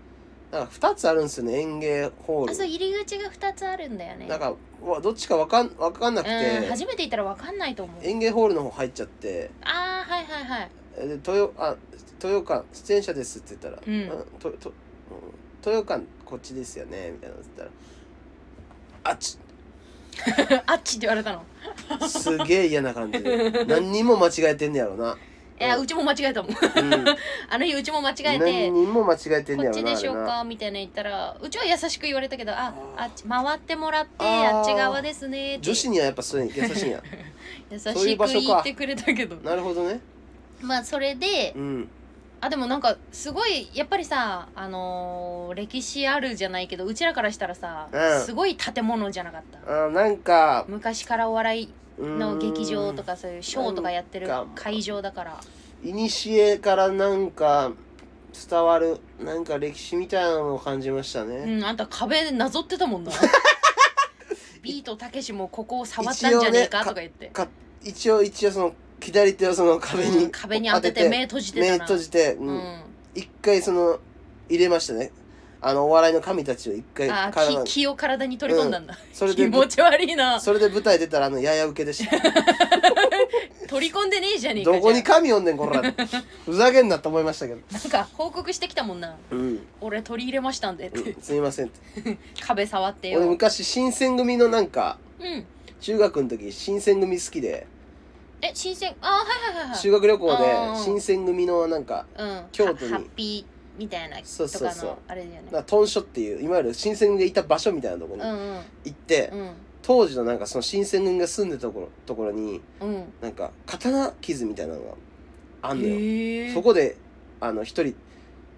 [SPEAKER 2] なんか2つあるんですよね園芸ホ
[SPEAKER 1] あそう
[SPEAKER 2] ー
[SPEAKER 1] 入り口が2つあるんだよね
[SPEAKER 2] ルなんかうわどっちかわかんわかんなく
[SPEAKER 1] うん
[SPEAKER 2] て
[SPEAKER 1] 初めて行ったら分かんないと思う
[SPEAKER 2] 園芸ホールの方入っちゃって
[SPEAKER 1] ああはいはいはい
[SPEAKER 2] えで東洋あ東洋館出演者ですって言ったら、
[SPEAKER 1] うん
[SPEAKER 2] ととうん東洋館こっちですよねみたいなの言ったらあっち
[SPEAKER 1] あっちって言われたの
[SPEAKER 2] すげえ嫌な
[SPEAKER 1] *laughs*
[SPEAKER 2] 感じで何にも間違えてんねやろな、
[SPEAKER 1] いや
[SPEAKER 2] うん
[SPEAKER 1] うちも間違えたもん *laughs*
[SPEAKER 2] うん、
[SPEAKER 1] あの日うちも間違えて
[SPEAKER 2] 何にも間違えてん
[SPEAKER 1] こ
[SPEAKER 2] ねや
[SPEAKER 1] っ
[SPEAKER 2] ろ
[SPEAKER 1] ち
[SPEAKER 2] な
[SPEAKER 1] でしょう
[SPEAKER 2] あ
[SPEAKER 1] かみたいな言ったらうちは優しく言われたけどああっち回ってもらって
[SPEAKER 2] あー
[SPEAKER 1] あっち側ですね
[SPEAKER 2] れ
[SPEAKER 1] って
[SPEAKER 2] な女子にはやっぱそういう
[SPEAKER 1] *laughs*
[SPEAKER 2] の優しいんや
[SPEAKER 1] 優
[SPEAKER 2] そうい
[SPEAKER 1] し
[SPEAKER 2] う場
[SPEAKER 1] く
[SPEAKER 2] 所か
[SPEAKER 1] 言ってくれたけど
[SPEAKER 2] なるほどね
[SPEAKER 1] *laughs* まあそれで
[SPEAKER 2] うん
[SPEAKER 1] あでもなんかすごいやっぱりさあのー歴史あるじゃないけどうちらからしたらさ、
[SPEAKER 2] うん
[SPEAKER 1] すごい建物じゃなかった
[SPEAKER 2] あなんか
[SPEAKER 1] 昔からお笑いの
[SPEAKER 2] の
[SPEAKER 1] 劇場とかそういうショーとかやってる
[SPEAKER 2] なんか
[SPEAKER 1] 会場だから
[SPEAKER 2] いにしえからなんか伝わるなんか歴史みたいなのを感じましたね、
[SPEAKER 1] うん、あんた壁なぞってたもん
[SPEAKER 2] *laughs*
[SPEAKER 1] な。ビートたけしもここを触ったんじゃねえかとか言って。
[SPEAKER 2] か一応一応その左手をその壁に、
[SPEAKER 1] うん壁に当てて目閉じて
[SPEAKER 2] 目
[SPEAKER 1] たな。
[SPEAKER 2] 閉じて、
[SPEAKER 1] う
[SPEAKER 2] うん
[SPEAKER 1] ん。
[SPEAKER 2] 一回その入れましたねあのお笑いの神たちを一回
[SPEAKER 1] あ
[SPEAKER 2] 体
[SPEAKER 1] ー、
[SPEAKER 2] に
[SPEAKER 1] き気を体に取り込んだんだ。
[SPEAKER 2] そ
[SPEAKER 1] *laughs*
[SPEAKER 2] れ
[SPEAKER 1] 気
[SPEAKER 2] で
[SPEAKER 1] 持ち悪いな。
[SPEAKER 2] それで舞台出たらあのやや受けでした
[SPEAKER 1] *laughs* 取り込んでねえじゃねえか。
[SPEAKER 2] どこに
[SPEAKER 1] じゃ
[SPEAKER 2] 神おんねんこらふざけんなと思いました
[SPEAKER 1] *laughs*
[SPEAKER 2] けど、
[SPEAKER 1] あなんか報告してきたもんな。
[SPEAKER 2] うん
[SPEAKER 1] 俺取り入れましたんでっ
[SPEAKER 2] う
[SPEAKER 1] て
[SPEAKER 2] ん。すいませんって
[SPEAKER 1] 壁触って
[SPEAKER 2] 俺
[SPEAKER 1] よ。
[SPEAKER 2] 昔新選組のなんか
[SPEAKER 1] うん。
[SPEAKER 2] 中学の時新選組好きで
[SPEAKER 1] え、新鮮。あー、はいはいはいはい。
[SPEAKER 2] 修学旅行
[SPEAKER 1] あ
[SPEAKER 2] で
[SPEAKER 1] ー
[SPEAKER 2] 新選組のなんか
[SPEAKER 1] うん。
[SPEAKER 2] 京都に
[SPEAKER 1] ハハッピーみたいなと
[SPEAKER 2] そうそう
[SPEAKER 1] か
[SPEAKER 2] そう
[SPEAKER 1] のあれだよね。
[SPEAKER 2] なんかトンショっていういわゆる新選組がいた場所みたいなとこ
[SPEAKER 1] う
[SPEAKER 2] に
[SPEAKER 1] ん
[SPEAKER 2] 行って、
[SPEAKER 1] うん
[SPEAKER 2] 当時のなんかその新選組が住んでたところところに
[SPEAKER 1] うんうん。
[SPEAKER 2] なんか刀傷みたいなのがあんのよ、
[SPEAKER 1] へー
[SPEAKER 2] そこであの一人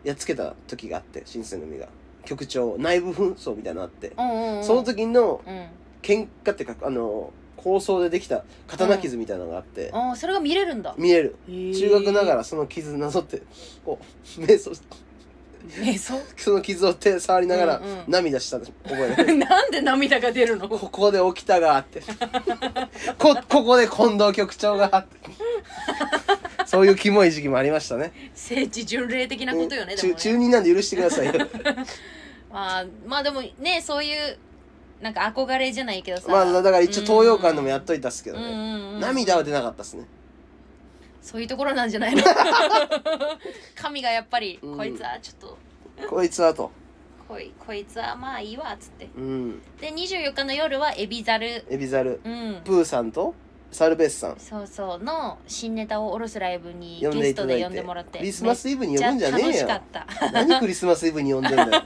[SPEAKER 2] やっつけた時があって新選組が局長内部紛争みたいなのあって、
[SPEAKER 1] うんうんうん
[SPEAKER 2] その時の
[SPEAKER 1] うん。
[SPEAKER 2] 喧嘩っていうかあの構想でできた刀傷みたいなのがあって、
[SPEAKER 1] ああそれが見れるんだ
[SPEAKER 2] 見れる中
[SPEAKER 1] 中
[SPEAKER 2] 学ながらその傷なぞってこう目そ
[SPEAKER 1] えそう
[SPEAKER 2] その傷を手触りながら
[SPEAKER 1] うんうん
[SPEAKER 2] 涙した覚えがある
[SPEAKER 1] *laughs* なんで涙が出るの
[SPEAKER 2] ここで起きたがあってこここで近藤局長があってそういうキモい時期もありましたね
[SPEAKER 1] 聖地巡礼的なことよねで
[SPEAKER 2] 中
[SPEAKER 1] もね
[SPEAKER 2] 中二なんで許してください
[SPEAKER 1] *laughs*
[SPEAKER 2] よ
[SPEAKER 1] まあまあでもねそういうなんか憧れじゃないけどさ
[SPEAKER 2] まあだから一応
[SPEAKER 1] うん
[SPEAKER 2] 東洋館でもやっといたっすけ
[SPEAKER 1] う
[SPEAKER 2] ど
[SPEAKER 1] んう
[SPEAKER 2] ね、
[SPEAKER 1] んうん
[SPEAKER 2] 涙は出なかったっすね
[SPEAKER 1] そういうところなんじゃないの *laughs* 神がやっぱり、
[SPEAKER 2] うん
[SPEAKER 1] こいつはちょっと
[SPEAKER 2] こいつはと
[SPEAKER 1] こいこいつはまあいいわっつって
[SPEAKER 2] うん
[SPEAKER 1] で24日の夜はエビザル
[SPEAKER 2] エビザル
[SPEAKER 1] うん
[SPEAKER 2] プーさんとサルベースさん
[SPEAKER 1] そうそうの新ネタを下ろすライブに
[SPEAKER 2] 呼ん
[SPEAKER 1] ゲ
[SPEAKER 2] で
[SPEAKER 1] ス
[SPEAKER 2] いた
[SPEAKER 1] ト
[SPEAKER 2] だい
[SPEAKER 1] で
[SPEAKER 2] て
[SPEAKER 1] 呼んでもらって
[SPEAKER 2] クリスマスイブに呼ぶんじゃ
[SPEAKER 1] め
[SPEAKER 2] ね
[SPEAKER 1] っ
[SPEAKER 2] え
[SPEAKER 1] ちゃ楽しか
[SPEAKER 2] よ
[SPEAKER 1] った *laughs*
[SPEAKER 2] 何クリスマスイブに呼んでんだよ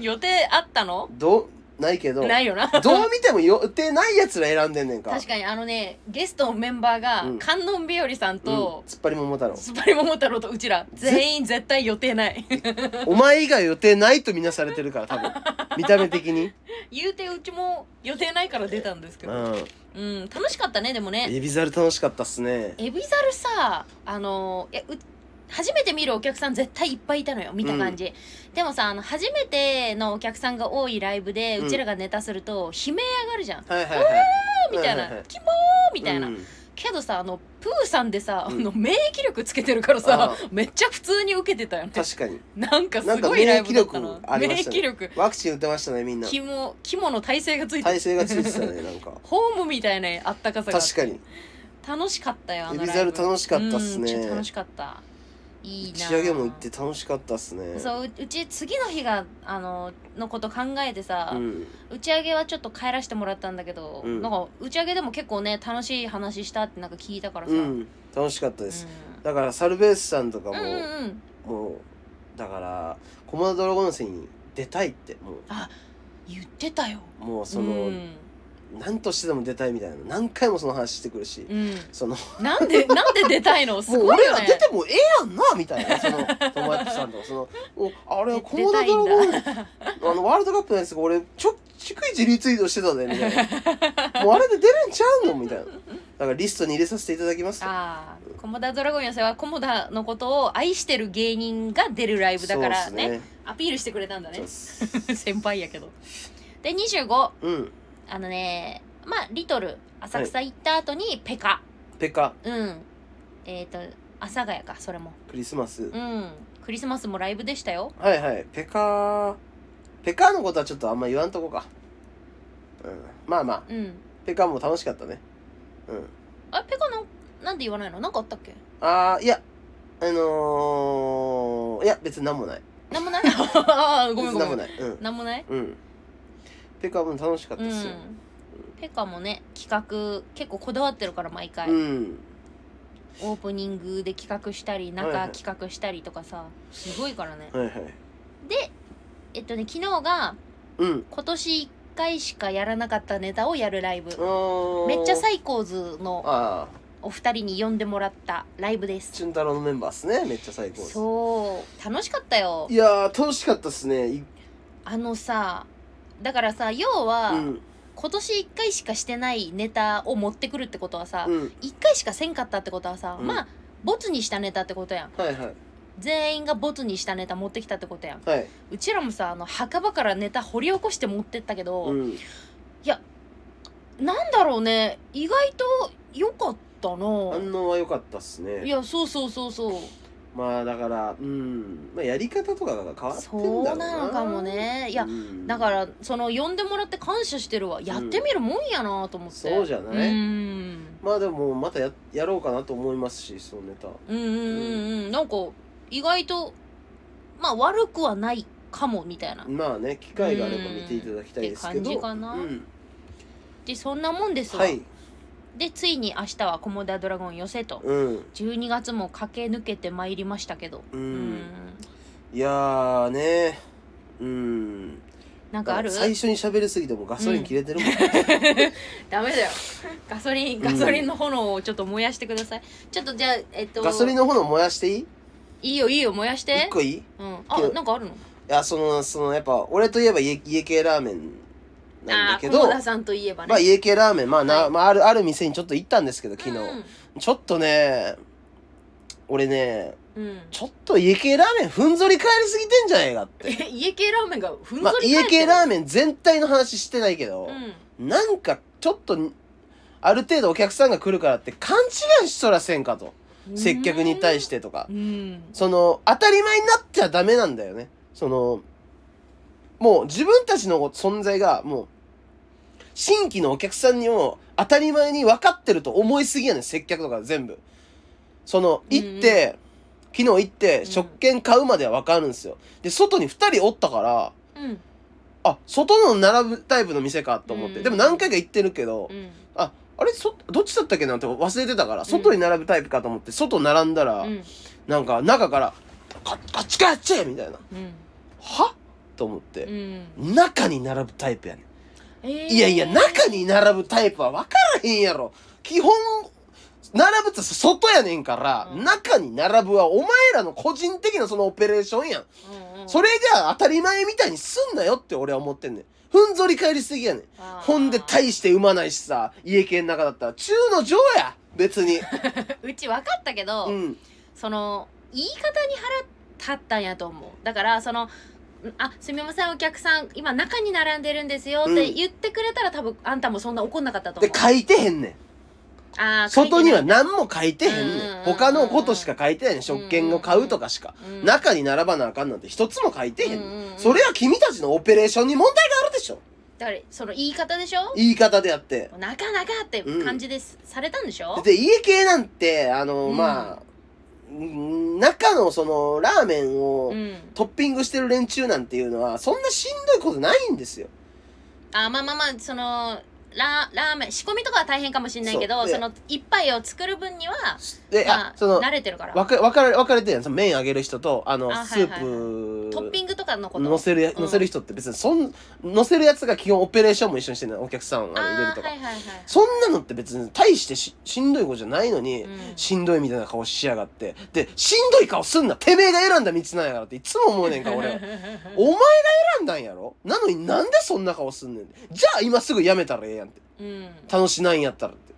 [SPEAKER 1] 予定あったの
[SPEAKER 2] どないけど、
[SPEAKER 1] ないよな
[SPEAKER 2] どう見ても予定ないやつら選んでんねんか。
[SPEAKER 1] 確かにあのねゲストのメンバーが、
[SPEAKER 2] うん
[SPEAKER 1] 観音日和さん
[SPEAKER 2] うん
[SPEAKER 1] と、
[SPEAKER 2] 突っ張り桃太郎。
[SPEAKER 1] スパリモモ太郎とうちら
[SPEAKER 2] ぜ
[SPEAKER 1] 全員絶対予定ない *laughs*
[SPEAKER 2] お前以外予定ないとみなされてるから、多分。見た目的に。
[SPEAKER 1] 言うてうちも予定ないから出たんですけ
[SPEAKER 2] う
[SPEAKER 1] ど
[SPEAKER 2] ん。
[SPEAKER 1] うん楽しかったねでもね
[SPEAKER 2] エビザル楽しかったっすね。
[SPEAKER 1] エビザルさあのいやう初めて見るお客さん絶対いっぱいいたのよ見た感じ、でもさあの初めてのお客さんが多いライブで
[SPEAKER 2] うん
[SPEAKER 1] うちらがネタすると悲鳴上がるじゃん、
[SPEAKER 2] はいはいはい。
[SPEAKER 1] みたいな、
[SPEAKER 2] はいはいはい
[SPEAKER 1] キモーみたいな、
[SPEAKER 2] うん
[SPEAKER 1] けどさあのプーさんでさ、
[SPEAKER 2] うん
[SPEAKER 1] あの免疫力つけてるからさ
[SPEAKER 2] あ
[SPEAKER 1] めっちゃ普通に受けてたよね
[SPEAKER 2] 確かに。
[SPEAKER 1] なんかす
[SPEAKER 2] なんか
[SPEAKER 1] ごいラ
[SPEAKER 2] 免
[SPEAKER 1] イ
[SPEAKER 2] 疫
[SPEAKER 1] ブだったな
[SPEAKER 2] 力ありまし
[SPEAKER 1] 免疫
[SPEAKER 2] たね。
[SPEAKER 1] 力
[SPEAKER 2] ワクチン打ってましたね、みんな。
[SPEAKER 1] 肝肝の体勢がついて
[SPEAKER 2] 体勢がついてたね、なんか。
[SPEAKER 1] *laughs* ホームみたいなあったかさがあって
[SPEAKER 2] 確かに。
[SPEAKER 1] 楽しかったよあの
[SPEAKER 2] エビ
[SPEAKER 1] ライ
[SPEAKER 2] ザ
[SPEAKER 1] ブ
[SPEAKER 2] ル楽しかったっすね
[SPEAKER 1] うんちょと楽しかったいい
[SPEAKER 2] 打
[SPEAKER 1] な
[SPEAKER 2] ち上げも行って楽しかったっすね。
[SPEAKER 1] そうううち次の日があののこと考えてさ、
[SPEAKER 2] うん。
[SPEAKER 1] 打ち上げはちょっと帰らせてもらったんだけど、
[SPEAKER 2] うん
[SPEAKER 1] なんか打ち上げでも結構ね楽しい話したってなんか聞いたからさ、
[SPEAKER 2] う
[SPEAKER 1] うん
[SPEAKER 2] ん。楽しかったです。だから、サルベースさんとか
[SPEAKER 1] うん
[SPEAKER 2] も、
[SPEAKER 1] うんうん
[SPEAKER 2] もう、だから、コモダドラゴン戦に出たいって、も
[SPEAKER 1] 言ってたよ
[SPEAKER 2] う、もうその、
[SPEAKER 1] うん
[SPEAKER 2] 何としてでも出たいみたいな、何回もその話してくるし、
[SPEAKER 1] うん
[SPEAKER 2] その、
[SPEAKER 1] なんで *laughs* なんで出たいのす
[SPEAKER 2] もう
[SPEAKER 1] ごい
[SPEAKER 2] 俺
[SPEAKER 1] よ
[SPEAKER 2] ら
[SPEAKER 1] ね
[SPEAKER 2] 出てもええやんなみたいなその友達さんとか
[SPEAKER 1] *laughs*
[SPEAKER 2] そのおあれ
[SPEAKER 1] で
[SPEAKER 2] コモダドラゴン *laughs* あのワールドカップのやつが俺ちょちくいちリツイートしてたでみたい
[SPEAKER 1] *laughs*
[SPEAKER 2] なもうあれで出るんちゃうのみたいなだからリストに入れさせていただきますと
[SPEAKER 1] ああコモダドラゴン寄せはコモダのことを愛してる芸人が出るライブだから
[SPEAKER 2] そう
[SPEAKER 1] ね
[SPEAKER 2] っ
[SPEAKER 1] アピールしてくれたんだね
[SPEAKER 2] すね
[SPEAKER 1] 先輩やけどで25
[SPEAKER 2] うん
[SPEAKER 1] あのねまあリトル浅草行った後にペカ、
[SPEAKER 2] ペカ
[SPEAKER 1] うんえっ、と阿佐ヶ谷かそれも
[SPEAKER 2] クリスマス、
[SPEAKER 1] うんクリスマスもライブでしたよ
[SPEAKER 2] はいはいペカペカのことはちょっとあんま言わんとこかうんまあまあ
[SPEAKER 1] うん
[SPEAKER 2] ペカも楽しかったねうん
[SPEAKER 1] あペカなんなんで言わないのなんかあったっけ
[SPEAKER 2] ああいやあのー、いや別になんもない
[SPEAKER 1] なん
[SPEAKER 2] *laughs*
[SPEAKER 1] もないあーごめんご
[SPEAKER 2] 別になん
[SPEAKER 1] めん
[SPEAKER 2] もないうん
[SPEAKER 1] なんもない
[SPEAKER 2] うん。ペカも楽しかった
[SPEAKER 1] う
[SPEAKER 2] ですよ。
[SPEAKER 1] んペカもね企画結構こだわってるから毎回、
[SPEAKER 2] うん。
[SPEAKER 1] オープニングで企画したり
[SPEAKER 2] はいは
[SPEAKER 1] 中
[SPEAKER 2] い
[SPEAKER 1] 企画したりとかさすごいからね
[SPEAKER 2] はいはい。
[SPEAKER 1] えっとね昨日が
[SPEAKER 2] うん。
[SPEAKER 1] 今年1回しかやらなかったネタをやるライブ
[SPEAKER 2] あー
[SPEAKER 1] めっちゃサイコーズの
[SPEAKER 2] ああ、
[SPEAKER 1] お二人に呼んでもらったライブです
[SPEAKER 2] チュン太郎のメンバーっすね。めっちゃ最高です。
[SPEAKER 1] そう楽しかったよ
[SPEAKER 2] いやー、楽しかったっすね。い
[SPEAKER 1] あのさだからさ要は、
[SPEAKER 2] うん。
[SPEAKER 1] 今年1回しかしてないネタを持ってくるってことはさ、
[SPEAKER 2] うん。
[SPEAKER 1] 一1回しかせんかったってことはさ、
[SPEAKER 2] うん
[SPEAKER 1] まあボツにしたネタってことやん
[SPEAKER 2] はいはい。
[SPEAKER 1] 全員がボツにしたネタ持ってきたってことやん
[SPEAKER 2] はい。
[SPEAKER 1] うちらもさあの墓場からネタ掘り起こして持ってったけど、
[SPEAKER 2] うん。
[SPEAKER 1] なんだろうね意外と良かったな
[SPEAKER 2] 反応は良かったっす
[SPEAKER 1] い
[SPEAKER 2] ね。
[SPEAKER 1] やそうそうそうそう
[SPEAKER 2] まあだから、うん。まあやり方とかが変わってんだろうな。
[SPEAKER 1] そうなのかも。ねいや、
[SPEAKER 2] うん
[SPEAKER 1] だか。らその呼んでもらって感謝してるわやってみるもんやなと思って、
[SPEAKER 2] そうじゃない
[SPEAKER 1] うん
[SPEAKER 2] まあでも、またややろうかなと思いますし、そのネタ。
[SPEAKER 1] うんうんうんうんなんか意外とまあ悪くはないかもみたいな、っ
[SPEAKER 2] まあね、機会があれば見ていただきたい
[SPEAKER 1] て
[SPEAKER 2] ですけ
[SPEAKER 1] 感
[SPEAKER 2] ど。
[SPEAKER 1] じかな、
[SPEAKER 2] うん。
[SPEAKER 1] でそんなもんですわ、
[SPEAKER 2] はい。
[SPEAKER 1] でついに明日は「コモダドラゴン寄せ」と
[SPEAKER 2] うん。
[SPEAKER 1] 12月も駆け抜けてまいりましたけど
[SPEAKER 2] う。
[SPEAKER 1] うん
[SPEAKER 2] いやーねうん
[SPEAKER 1] なんかある
[SPEAKER 2] 最初に喋りすぎてもうガソリン切れてるもん、
[SPEAKER 1] *laughs* ダメだ
[SPEAKER 2] *laughs*
[SPEAKER 1] よガソリンガソリンの炎をちょっと燃やしてください、ちょっとじゃあえっと
[SPEAKER 2] ガソリンの炎燃やしていい
[SPEAKER 1] いいよいいよ燃やし
[SPEAKER 2] 一
[SPEAKER 1] て
[SPEAKER 2] 個いいい
[SPEAKER 1] うんあなんかあるの
[SPEAKER 2] やそのそのやっぱ俺といえば家家系ラーメンなんだけ
[SPEAKER 1] あー
[SPEAKER 2] ど
[SPEAKER 1] 菰田さんといえばね、
[SPEAKER 2] まあ家系ラーメンまあな、
[SPEAKER 1] はい
[SPEAKER 2] まあ、あるある店にちょっと行ったんですけど昨日、
[SPEAKER 1] う
[SPEAKER 2] ちょっとね俺ね
[SPEAKER 1] ん、うん
[SPEAKER 2] ちょっと家系ラーメンふんぞり返りすぎてんじゃねえかって
[SPEAKER 1] え *laughs* 家系ラーメンがふん
[SPEAKER 2] まあ
[SPEAKER 1] ぞり
[SPEAKER 2] 家系ラー
[SPEAKER 1] ン
[SPEAKER 2] メン全体の話してないけど、
[SPEAKER 1] うん
[SPEAKER 2] なんかちょっとある程度お客さんが来るからって勘違いしとらせんかと接客に対してとか
[SPEAKER 1] うん
[SPEAKER 2] その当たり前になっちゃダメなんだよねそのもう自分たちの存在がもう新規のお客さんにも当たり前に分かってると思いすぎやねん接客とか全部その
[SPEAKER 1] うん
[SPEAKER 2] 行って、昨日行って
[SPEAKER 1] ん
[SPEAKER 2] 食券買うまでは分かるんですよで外に2人おったから
[SPEAKER 1] うん
[SPEAKER 2] あ外の並ぶタイプの店かと思って、
[SPEAKER 1] うん
[SPEAKER 2] でも何回か行ってるけど、
[SPEAKER 1] うん
[SPEAKER 2] あ、あれそ、どっちだったっけなって忘れてたから、外に並ぶタイプかと思って、外並んだら、
[SPEAKER 1] うん
[SPEAKER 2] なんか中から、ここっちかあっちみた
[SPEAKER 1] う
[SPEAKER 2] いな。
[SPEAKER 1] ん
[SPEAKER 2] はと思っ
[SPEAKER 1] う
[SPEAKER 2] て、
[SPEAKER 1] ん
[SPEAKER 2] 中に並ぶタイプやねん。
[SPEAKER 1] えー
[SPEAKER 2] いやいや、中に並ぶタイプは分からへんやろ。基本、並ぶって外やねんから、
[SPEAKER 1] うん
[SPEAKER 2] 中に並ぶはお前らの個人的なそのオペレーションやん。
[SPEAKER 1] うんうん
[SPEAKER 2] それが当たり前みたいにすんなよって俺は思ってんねん。ふんぞり返りすぎやねん。
[SPEAKER 1] あー
[SPEAKER 2] ほんで大して産まないしさ、家系の中だったら中の上や別に。
[SPEAKER 1] うち分かったけど、
[SPEAKER 2] うん。
[SPEAKER 1] その言い方に腹立ったんやと思うだからそのん「あすみませんお客さん今中に並んでるんですよ」って
[SPEAKER 2] うん
[SPEAKER 1] 言ってくれたら、多分あんたもそんな怒んなかったと思
[SPEAKER 2] で
[SPEAKER 1] う、
[SPEAKER 2] 書いてへんねん。
[SPEAKER 1] あー
[SPEAKER 2] 外には
[SPEAKER 1] 書い
[SPEAKER 2] 何も書いてへん
[SPEAKER 1] うんうん
[SPEAKER 2] ね
[SPEAKER 1] うん
[SPEAKER 2] ん。
[SPEAKER 1] うん
[SPEAKER 2] 他のことしか書いてないねん。食券を買うとかしか。
[SPEAKER 1] てないうん
[SPEAKER 2] 中に並ばなあかんなんて一つも書いてへんね
[SPEAKER 1] う
[SPEAKER 2] ん
[SPEAKER 1] んうんうん
[SPEAKER 2] それは君たちのオペレーションに問題があるでしょ
[SPEAKER 1] だからその言い方でしょ
[SPEAKER 2] 言い方であって
[SPEAKER 1] なかなかって感じです、されたんでしょ
[SPEAKER 2] で家系なんてあの、
[SPEAKER 1] うん
[SPEAKER 2] まあうん中のそのラーメンを
[SPEAKER 1] うん、
[SPEAKER 2] トッピングしてる連中なんていうのはそんなしんどいことないんですよ
[SPEAKER 1] あまあまあまあそのララーメン仕込みとかは大変かもしれないけ
[SPEAKER 2] そう
[SPEAKER 1] ど
[SPEAKER 2] で
[SPEAKER 1] その一杯を作る分には
[SPEAKER 2] で、
[SPEAKER 1] ま
[SPEAKER 2] あ
[SPEAKER 1] あ
[SPEAKER 2] その
[SPEAKER 1] 慣れてるから
[SPEAKER 2] 分か分かれ分かれてるやんその麺あげる人とあの
[SPEAKER 1] あは
[SPEAKER 2] ス
[SPEAKER 1] いはい
[SPEAKER 2] ープ
[SPEAKER 1] トッピングとかのこと
[SPEAKER 2] 乗せるや
[SPEAKER 1] うん
[SPEAKER 2] 乗せる人って別にそん乗せるやつが基本オペレーションも一緒にしてるのお客さんをあの入れる
[SPEAKER 1] あ
[SPEAKER 2] と
[SPEAKER 1] ー
[SPEAKER 2] か、
[SPEAKER 1] はいはいはい
[SPEAKER 2] そんなのって別に大してししんどいことじゃないのに、
[SPEAKER 1] うん
[SPEAKER 2] しんどいみたいな顔しやがって。で、しんどい顔すんなてめえが選んだ道なんやからっていつも思うねんか
[SPEAKER 1] *laughs*
[SPEAKER 2] ら俺はお前が選んだんやろなのになんでそんな顔すんねん。じゃあ今すぐやめたらええやんって。
[SPEAKER 1] うん
[SPEAKER 2] 楽しないんやったらって。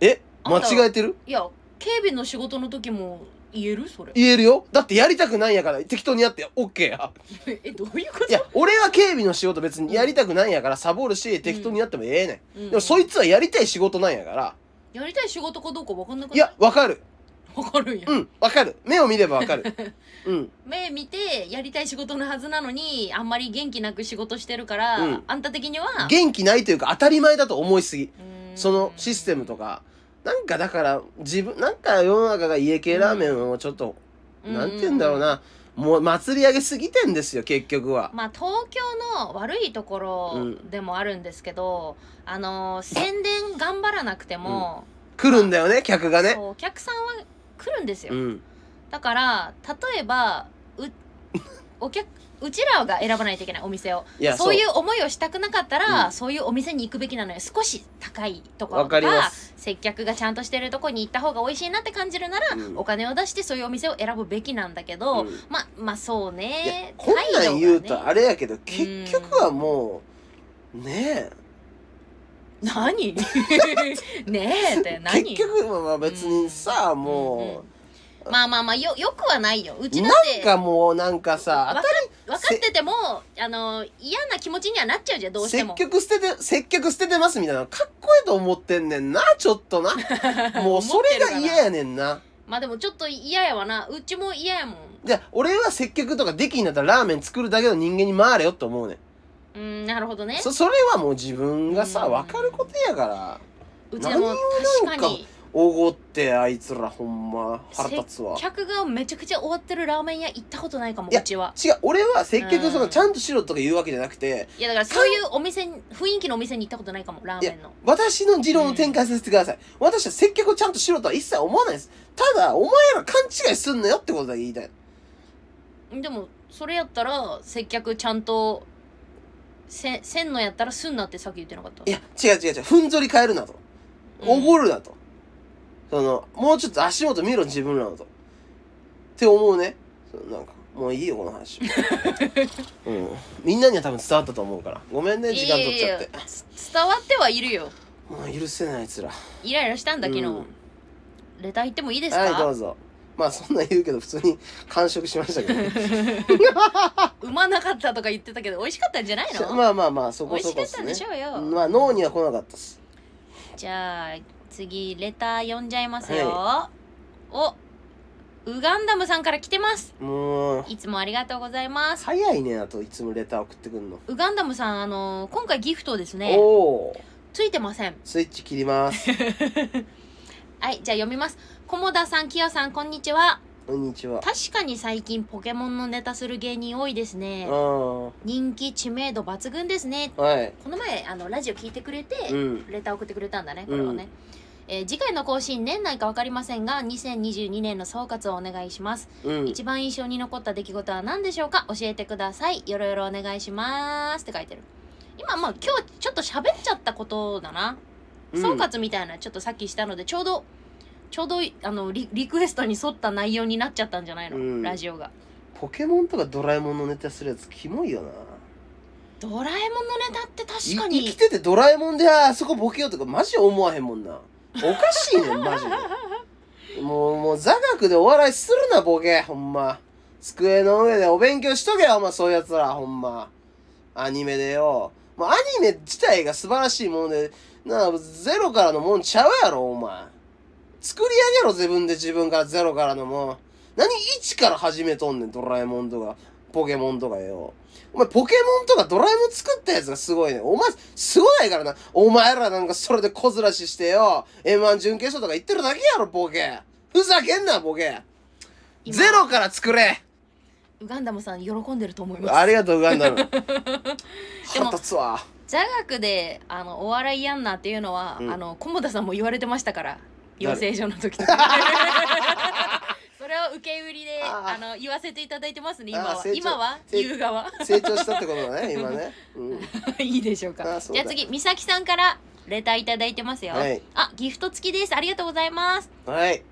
[SPEAKER 2] え間違えてる
[SPEAKER 1] いや警備の仕事の時も言えるそれ
[SPEAKER 2] 言えるよだってやりたくないんやから適当にやってオッケーや。
[SPEAKER 1] *laughs* えどういうこ
[SPEAKER 2] いや、俺は警備の仕事別にやりたくないんやからサボるし適当にやってもええね
[SPEAKER 1] と、うん
[SPEAKER 2] ん。でもそいつはやりたい仕事なんやから。
[SPEAKER 1] やりたい仕事かどうか分かんなくない
[SPEAKER 2] いや、わかる。
[SPEAKER 1] 分かるんや、
[SPEAKER 2] うん、わかる。目を見ればわかる。
[SPEAKER 1] *laughs*
[SPEAKER 2] うん。
[SPEAKER 1] 目見てやりたい仕事のはずなのにあんまり元気なく仕事してるから、
[SPEAKER 2] うん
[SPEAKER 1] あんた的には
[SPEAKER 2] 元気ないというか当たり前だと思いすぎ。
[SPEAKER 1] うん
[SPEAKER 2] そのシステムとか、なんかだから、自分、なんか世の中が家系ラーメンをちょっと、
[SPEAKER 1] うん
[SPEAKER 2] なんて言うんだろうな、もう祭り上げすぎてんですよ、結局は。
[SPEAKER 1] まあ東京の悪いところでもあるんですけど、あの宣伝頑張らなくても、
[SPEAKER 2] 来るんだよね、客がね
[SPEAKER 1] そう。お客さんは来るんですよ、
[SPEAKER 2] うん。
[SPEAKER 1] だから例えばうお客うちらが選ばないといけないお店を
[SPEAKER 2] いや、。
[SPEAKER 1] そういうう思いをしたくなかったら、
[SPEAKER 2] うん
[SPEAKER 1] そういうお店に行くべきなのよ少し高いところ
[SPEAKER 2] わかりま
[SPEAKER 1] が
[SPEAKER 2] す。
[SPEAKER 1] 接客がちゃんとしてるとこに行った方が美味しいなって感じるなら、
[SPEAKER 2] うん
[SPEAKER 1] お金を出してそういうお店を選ぶべきなんだけど、
[SPEAKER 2] うん
[SPEAKER 1] ままあそう
[SPEAKER 2] いや
[SPEAKER 1] ね
[SPEAKER 2] こんなん言う
[SPEAKER 1] 態度
[SPEAKER 2] と
[SPEAKER 1] がね
[SPEAKER 2] あれやけど、結局はもう、ねえ。
[SPEAKER 1] 何 *laughs* ねえって何
[SPEAKER 2] 結局はまあ別にさ、も
[SPEAKER 1] うんまあまあまあよよくはないよう
[SPEAKER 2] う、
[SPEAKER 1] ちだっ
[SPEAKER 2] なん
[SPEAKER 1] て
[SPEAKER 2] かもうなんかさ、
[SPEAKER 1] 分かっててもあの嫌な気持ちにはなっちゃうじゃんどうして
[SPEAKER 2] 接
[SPEAKER 1] も
[SPEAKER 2] 客捨てて、接客捨ててますみたいなのかっこええと思ってんねんな、ちょっ
[SPEAKER 1] *laughs*
[SPEAKER 2] とな。もうそれが嫌やねんな。
[SPEAKER 1] まあでもちょっと嫌やわなうちも嫌やもん
[SPEAKER 2] じゃあ、俺は接客とかできんだったらラーメン作るだけの人間に回れよって思うねん。
[SPEAKER 1] うんなるほどね
[SPEAKER 2] そ、それはもう自分がさ、
[SPEAKER 1] うん
[SPEAKER 2] わかることやから。
[SPEAKER 1] うちでも
[SPEAKER 2] 何を
[SPEAKER 1] 確かに
[SPEAKER 2] おごってあいつらほんま腹立つわ。
[SPEAKER 1] 客がめちゃくちゃ終わってるラーメン屋行ったことないかも
[SPEAKER 2] いや
[SPEAKER 1] うちは
[SPEAKER 2] 違う、俺は接
[SPEAKER 1] う
[SPEAKER 2] 客
[SPEAKER 1] ん
[SPEAKER 2] そのちゃんとしろとか言うわけじゃなくて、
[SPEAKER 1] いやだからそういうお店に雰囲気のお店に行ったことないかもラーメンの
[SPEAKER 2] 私の持論を展開させてください。私は接客をちゃんとしろとは一切思わないです。ただ、お前ら勘違いすんなよってことだけ言いたい。
[SPEAKER 1] でもそれやったら接客ちゃんとせせんのやったらすんなってさっき言ってなかった
[SPEAKER 2] いや、違う違う違う。ふんぞり返るなと。おご
[SPEAKER 1] る
[SPEAKER 2] るなと。その、もうちょっと足元見ろ自分らのと。って思うね。そのなんか、もういいよ、こ
[SPEAKER 1] *laughs*
[SPEAKER 2] の話。うん。みんなには多分伝わったと思うから。ごめんね、時間取っちゃって。
[SPEAKER 1] 伝わってはいるよ
[SPEAKER 2] もう許せない、あいつら。
[SPEAKER 1] イライラしたんだ昨日、
[SPEAKER 2] うん
[SPEAKER 1] レター行ってもいいですか、
[SPEAKER 2] はい、どうぞ。まあ、そんなん言うけど、普通に完食しましたけど、ね。
[SPEAKER 1] うまなかったとか言ってたけど美味しかったんじゃないの、
[SPEAKER 2] まあまあまあ、そ
[SPEAKER 1] 美
[SPEAKER 2] こ
[SPEAKER 1] 味
[SPEAKER 2] そ
[SPEAKER 1] しかっ
[SPEAKER 2] こったす
[SPEAKER 1] ん
[SPEAKER 2] ね
[SPEAKER 1] でし。ょうよ、
[SPEAKER 2] まあ、脳には来なかったっす。
[SPEAKER 1] じゃあ次レター読んじゃいますよ、おウガンダムさんから来てます
[SPEAKER 2] もう、
[SPEAKER 1] いつもありがとうございます
[SPEAKER 2] 早いね、あと、いつもレター送ってくんの。
[SPEAKER 1] ウガンダムさんあの今回ギフトですね
[SPEAKER 2] おおー
[SPEAKER 1] ついてません
[SPEAKER 2] スイッチ切り
[SPEAKER 1] *laughs*
[SPEAKER 2] ます。
[SPEAKER 1] はいじゃあ読みます菰田さんキヨさんこんにちは
[SPEAKER 2] こんにちは。
[SPEAKER 1] 確かに最近ポケモンのネタする芸人多いですね
[SPEAKER 2] うん。
[SPEAKER 1] 人気知名度抜群ですね
[SPEAKER 2] はい。
[SPEAKER 1] この前あのラジオ聞いてくれて、
[SPEAKER 2] うん。
[SPEAKER 1] レター送ってくれたんだねこれをね、えー次回の更新年内か分かりませんが2022年の総括をお願いします、
[SPEAKER 2] うん。
[SPEAKER 1] 一番印象に残った出来事は何でしょうか教えてくださいよろよろお願いしますって書いてる今まあ今日ちょっと喋っちゃったことだな、総括みたいなちょっとさっきしたのでちょうどちょうどあのリリクエストに沿った内容になっちゃったんじゃないの、
[SPEAKER 2] うん
[SPEAKER 1] ラジオが
[SPEAKER 2] ポケモンとかドラえもんのネタするやつキモいよな
[SPEAKER 1] ドラえもんのネタって確か
[SPEAKER 2] い生
[SPEAKER 1] に
[SPEAKER 2] きててドラえもんでああそこボケようとかマジ思わへんもんなおかしいねん
[SPEAKER 1] *laughs*
[SPEAKER 2] マジでもうもう座学でお笑いするなボケほんま机の上でお勉強しとけよほんまそういうやつらほんまアニメでよもうアニメ自体が素晴らしいもんでなあゼロからのもんちゃうやろお前作り上げろ自分で自分からゼロからのもん何一から始めとんねんドラえもんとかポケモンとかよお前ポケモンとかドラえもん作ったやつがすごいね。お前、すごないからな。お前らなんかそれで小ずらししてよ。M1 準決勝とか言ってるだけやろ、ボケ。ふざけんな、ボケ。
[SPEAKER 1] 今
[SPEAKER 2] ゼロから作れ。
[SPEAKER 1] ウガンダムさん喜んでると思います
[SPEAKER 2] ありがとう、ウガンダ
[SPEAKER 1] *laughs*
[SPEAKER 2] ム。
[SPEAKER 1] でも
[SPEAKER 2] 腹立つわ。
[SPEAKER 1] 座学であのお笑いやんなっていうのは、
[SPEAKER 2] うん
[SPEAKER 1] あの菰田さんも言われてましたから養成所の時
[SPEAKER 2] *laughs*
[SPEAKER 1] に *laughs* それを受け売りで
[SPEAKER 2] あー
[SPEAKER 1] あの言わせていただいてますね今
[SPEAKER 2] あー
[SPEAKER 1] は
[SPEAKER 2] 成長
[SPEAKER 1] 今は
[SPEAKER 2] 成
[SPEAKER 1] 言う側 *laughs*
[SPEAKER 2] 成長したってことだね、今ね。う
[SPEAKER 1] いいでしょうか
[SPEAKER 2] あーそう
[SPEAKER 1] じゃあ
[SPEAKER 2] だ
[SPEAKER 1] 次美咲さんからレターいただいてますよ、
[SPEAKER 2] はい
[SPEAKER 1] あギフト付きですありがとうございます
[SPEAKER 2] ん。はい。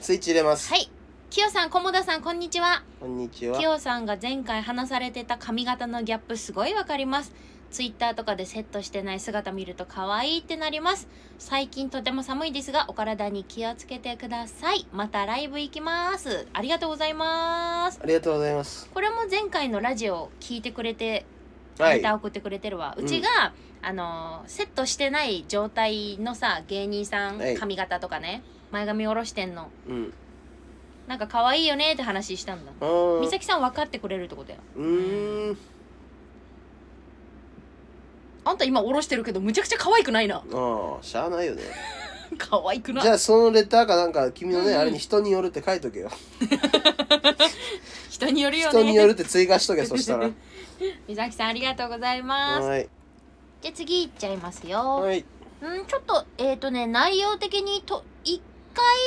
[SPEAKER 2] スイッチ入れます。
[SPEAKER 1] はいきよさん菰田さんこんにちは
[SPEAKER 2] こんにちは
[SPEAKER 1] き。よさんが前回話されてた髪型のギャップすごいわかりますツイッターとかでセットしてない姿見ると可愛いってなります最近とても寒いですがお体に気をつけてくださいまたライブ行きますありがとうございます
[SPEAKER 2] ありがとうございます。
[SPEAKER 1] これも前回のラジオ聞いてくれて
[SPEAKER 2] は
[SPEAKER 1] レ
[SPEAKER 2] い
[SPEAKER 1] タ。ー送ってくれてるわ、うちが、あのセットしてない状態のさ芸人さん
[SPEAKER 2] はい
[SPEAKER 1] 髪型とかね前髪下ろしてんの
[SPEAKER 2] うん。
[SPEAKER 1] なんか可愛いよねって話したんだ
[SPEAKER 2] あー
[SPEAKER 1] 美咲さん分かってくれるってことや
[SPEAKER 2] うーん。
[SPEAKER 1] あんた今下ろしてるけどむちゃくちゃ可愛くないな
[SPEAKER 2] ああ、しゃあな
[SPEAKER 1] *laughs*
[SPEAKER 2] いよね。
[SPEAKER 1] 可愛くな
[SPEAKER 2] じ
[SPEAKER 1] い
[SPEAKER 2] ゃあ、そのレターかなんか、君の
[SPEAKER 1] うん
[SPEAKER 2] ね、
[SPEAKER 1] うん
[SPEAKER 2] あれに人によるって書いとけよ。
[SPEAKER 1] 人によるよね
[SPEAKER 2] 人によるって追加しとけそした
[SPEAKER 1] *laughs*
[SPEAKER 2] ら
[SPEAKER 1] みさきさんありがとうございます
[SPEAKER 2] はい
[SPEAKER 1] じゃあ次いっちゃいますよ、
[SPEAKER 2] はい
[SPEAKER 1] うんちょっとえっ、とね内容的にと一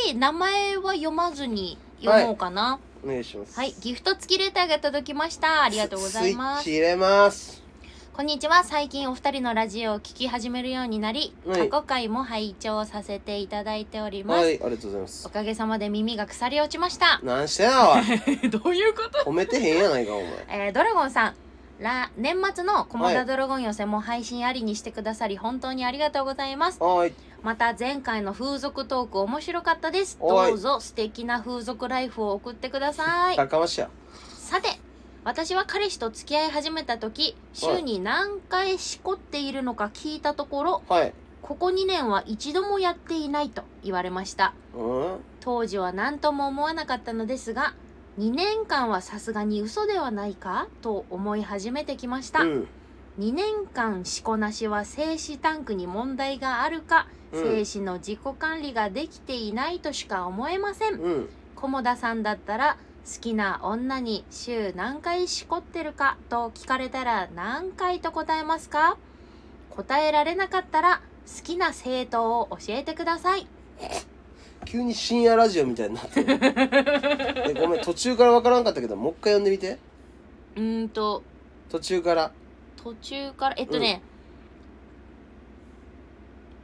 [SPEAKER 1] 回名前は読まずに読もうかな
[SPEAKER 2] お願いします
[SPEAKER 1] はい、ギフト付きレターが届きましたありがとうございま
[SPEAKER 2] ス
[SPEAKER 1] す
[SPEAKER 2] イッチ入れます
[SPEAKER 1] こんにちは最近お二人のラジオを聞き始めるようになり、
[SPEAKER 2] はい
[SPEAKER 1] 過去回も拝聴させていただいております、
[SPEAKER 2] はいありがとうございま
[SPEAKER 1] お
[SPEAKER 2] す
[SPEAKER 1] かげさまで耳が腐り落ちました
[SPEAKER 2] なんしてなおい
[SPEAKER 1] *laughs* どういうこと
[SPEAKER 2] 褒めてへんやないかお前
[SPEAKER 1] えードラゴンさんら年末のコモダドラゴン寄せも配信ありにしてくださり本当にありがとうございます
[SPEAKER 2] はい
[SPEAKER 1] また前回の風俗トーク面白かったです
[SPEAKER 2] はい
[SPEAKER 1] どうぞ素敵な風俗ライフを送ってください
[SPEAKER 2] やかましや
[SPEAKER 1] さて私は彼氏と付き合い始めた時週に何回しこっているのか聞いたところ
[SPEAKER 2] はい
[SPEAKER 1] ここ2年は一度もやっていないと言われました
[SPEAKER 2] うん
[SPEAKER 1] 当時は何とも思わなかったのですが2年間はさすがに嘘ではないかと思い始めてきました、
[SPEAKER 2] うん
[SPEAKER 1] 2年間しこなしは精子タンクに問題があるか、
[SPEAKER 2] うん
[SPEAKER 1] 精子の自己管理ができていないとしか思えません
[SPEAKER 2] うん
[SPEAKER 1] 菰田さんだったら好きな女に週何回しこってるかと聞かれたら何回と答えますか答えられなかったら好きな政党を教えてください
[SPEAKER 2] 急に深夜ラジオみたいになってるえごめん途中からわからんかったけどもう一回読んでみて
[SPEAKER 1] うーんと
[SPEAKER 2] 途中から
[SPEAKER 1] 途中からえっとね、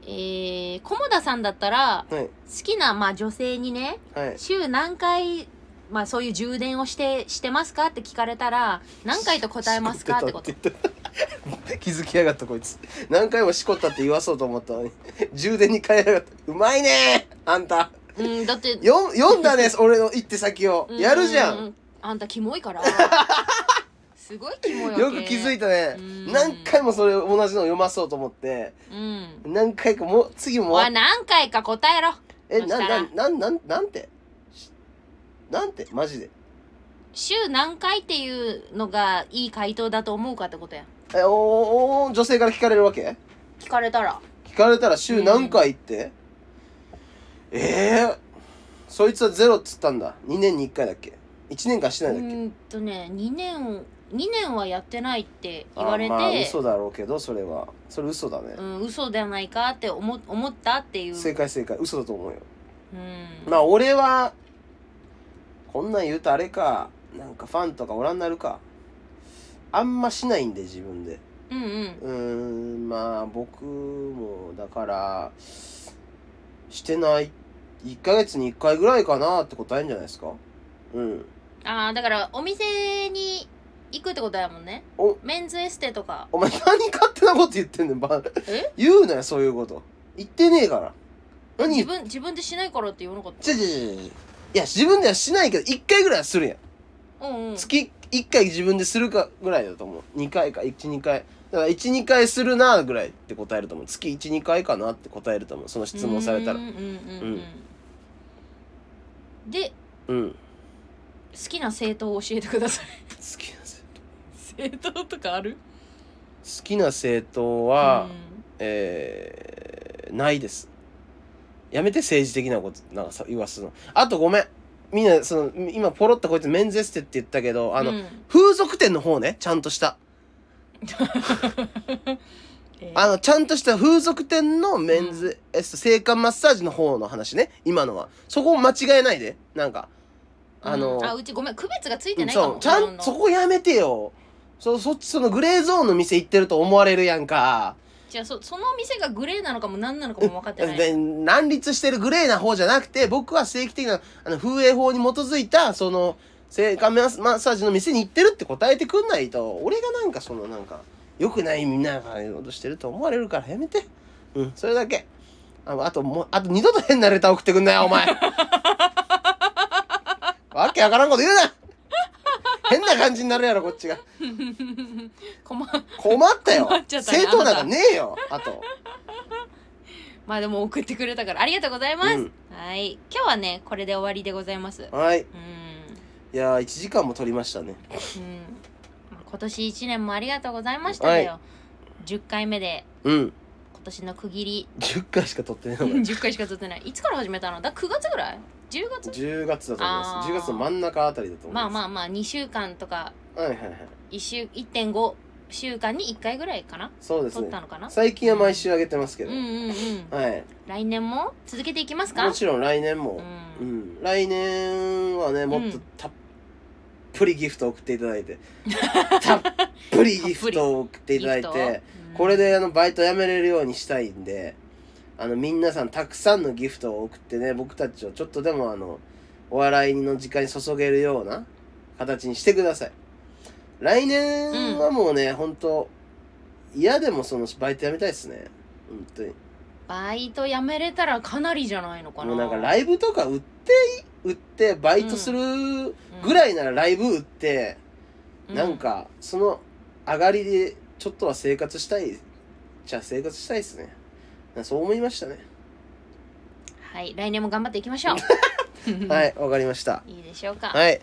[SPEAKER 1] えー、菰田さんだったら
[SPEAKER 2] はい
[SPEAKER 1] 好きな、まあ、女性にね
[SPEAKER 2] はい
[SPEAKER 1] 週何回、まあ、そういう充電をしてしてますかって聞かれたら何回と答えますかって
[SPEAKER 2] *laughs*
[SPEAKER 1] こと
[SPEAKER 2] しこったって言った気づきやがったこいつ何回もしこったって言わそうと思ったのに充電に変えやがったうまいねーあんた
[SPEAKER 1] うんだって
[SPEAKER 2] よ読ん
[SPEAKER 1] *laughs*
[SPEAKER 2] だね俺の一手先をやるじゃ
[SPEAKER 1] うんうあんたキモいから
[SPEAKER 2] *laughs*
[SPEAKER 1] すごいキモいわけ
[SPEAKER 2] よく気づいたね
[SPEAKER 1] うん
[SPEAKER 2] 何回もそれ同じのを読まそうと思って
[SPEAKER 1] うん
[SPEAKER 2] 何回かもう次も
[SPEAKER 1] おい何回か答えろ
[SPEAKER 2] え
[SPEAKER 1] そし
[SPEAKER 2] な
[SPEAKER 1] たら
[SPEAKER 2] ななんなんなんてしなんてマジで
[SPEAKER 1] 週何回っていうのがいい回答だと思うかってことや
[SPEAKER 2] えおおお女性から聞かれるわけ
[SPEAKER 1] 聞かれたら
[SPEAKER 2] 聞かれたら週何回って、ええー、そいつはゼロっつったんだ2年に1回だっけ1年間して
[SPEAKER 1] う
[SPEAKER 2] ないんだっけ
[SPEAKER 1] ーんとね2年2年はやってないって言われて
[SPEAKER 2] あまあ嘘だろうけどそれはそれ嘘だね
[SPEAKER 1] う、ん、嘘ではないかって思思ったっていう
[SPEAKER 2] 正解正解嘘だと思うよ
[SPEAKER 1] うん
[SPEAKER 2] まあ俺はこんなん言うとあれかなんかファンとかおらんなるかあんましないんで自分で
[SPEAKER 1] うんうん
[SPEAKER 2] うーんまあ僕もだからしてない1ヶ月に1回ぐらいかなって答えんじゃないですかうん
[SPEAKER 1] ああだからお店に行くってことやもんね
[SPEAKER 2] お
[SPEAKER 1] メンズエステとか
[SPEAKER 2] お前何勝手なこと言ってんねんば
[SPEAKER 1] え
[SPEAKER 2] 言うなよそういうこと言ってねえから何
[SPEAKER 1] 自
[SPEAKER 2] 言っ
[SPEAKER 1] 分自分でしないからって言わなかっ
[SPEAKER 2] ちょちょちょちょいや自分ではしないけど1回ぐらいはするやん
[SPEAKER 1] たうんうん
[SPEAKER 2] 月1回自分でするかぐらいだと思う2回か12回だから12回するなぐらいって答えると思う月12回かなって答えると思うその質問されたら
[SPEAKER 1] うんうんうん、う
[SPEAKER 2] うん
[SPEAKER 1] ん、で
[SPEAKER 2] うん好
[SPEAKER 1] 好きな政党を教えてください *laughs*
[SPEAKER 2] きなんですよ
[SPEAKER 1] 政党とかある
[SPEAKER 2] 好きな政党は、
[SPEAKER 1] うん
[SPEAKER 2] えーないですやめて政治的なことなんかさ言わすのあとごめんみんなその今ポロッとこいつメンズエステって言ったけどあの、
[SPEAKER 1] うん
[SPEAKER 2] 風俗店の方ねちゃんとした
[SPEAKER 1] えー
[SPEAKER 2] あのちゃんとした風俗店のメンズエステ、性感マッサージの方の話ね今のはそこ間違えないでなんかあ
[SPEAKER 1] う
[SPEAKER 2] の、
[SPEAKER 1] んあうちごめん区別がついてないかも
[SPEAKER 2] そうちゃ
[SPEAKER 1] あ
[SPEAKER 2] ん
[SPEAKER 1] の
[SPEAKER 2] そこやめてよそそっちそのグレーゾーンの店行ってると思われるやんか
[SPEAKER 1] じゃあそその店がグレーなのかも何なのかも分かってない
[SPEAKER 2] で乱立してるグレーな方じゃなくて僕は正規的なあの風営法に基づいたその性感マッサージの店に行ってるって答えてくんないと俺がなんかそのなんか良くないみんながいろいろとしてると思われるからやめてうんそれだけああともうあと二度と変なレター送ってくんなよお
[SPEAKER 1] *laughs*
[SPEAKER 2] 前わけわからんこと言うな変な感じになるやろこっちが
[SPEAKER 1] 困
[SPEAKER 2] 困ったよ
[SPEAKER 1] 困っちゃったね
[SPEAKER 2] 正当な
[SPEAKER 1] あ
[SPEAKER 2] んか
[SPEAKER 1] なた
[SPEAKER 2] ねえよあと
[SPEAKER 1] *laughs* まあでも送ってくれたからありがとうございます、
[SPEAKER 2] うん
[SPEAKER 1] はい今日はねこれで終わりでございますうん、
[SPEAKER 2] はいういやー1時間も取りましたね
[SPEAKER 1] ん、まあ今年1年もありがとうございましただよ、10回目で
[SPEAKER 2] うん
[SPEAKER 1] 今年の区切り
[SPEAKER 2] 10回しか撮ってない
[SPEAKER 1] *laughs*
[SPEAKER 2] のが
[SPEAKER 1] 10回しか撮ってないいつから始めたのだ9月ぐらい10月
[SPEAKER 2] 10月だと思いま
[SPEAKER 1] あ
[SPEAKER 2] す
[SPEAKER 1] ー
[SPEAKER 2] 10月の真ん中あたりだと思い
[SPEAKER 1] まあ
[SPEAKER 2] ます
[SPEAKER 1] まあまあ2週間とか
[SPEAKER 2] あはいはいはい
[SPEAKER 1] 1週1.5週間に1回ぐらいかな
[SPEAKER 2] そうです
[SPEAKER 1] 撮っ
[SPEAKER 2] ね
[SPEAKER 1] たのかな
[SPEAKER 2] 最近は毎週上げてますけ
[SPEAKER 1] うん
[SPEAKER 2] ど、
[SPEAKER 1] うんうん
[SPEAKER 2] はい
[SPEAKER 1] 来年も続けていきますか
[SPEAKER 2] もちろん来年も、
[SPEAKER 1] う、
[SPEAKER 2] うんん、来年はねもっとたっぷりギフト送っていただいてたっぷりギフトを送っていただい
[SPEAKER 1] *laughs* ギフ
[SPEAKER 2] て
[SPEAKER 1] ト
[SPEAKER 2] これであのバイト辞めれるようにしたいんであの皆さんたくさんのギフトを送ってね僕たちをちょっとでもあのお笑いの時間に注げるような形にしてください来年はもうね、本当嫌でもそのバイト辞めたいですね本当に
[SPEAKER 1] バイト辞めれたらかなりじゃないのかな
[SPEAKER 2] もうなんかライブとか売って売ってバイトするぐらいならライブ売って、
[SPEAKER 1] う
[SPEAKER 2] なんかその上がりでちょっとは生活したいじゃあ生活したいですねそう思いましたね
[SPEAKER 1] はい来年も頑張っていきましょう
[SPEAKER 2] *laughs* はいわかりました
[SPEAKER 1] いいでしょうか、
[SPEAKER 2] はい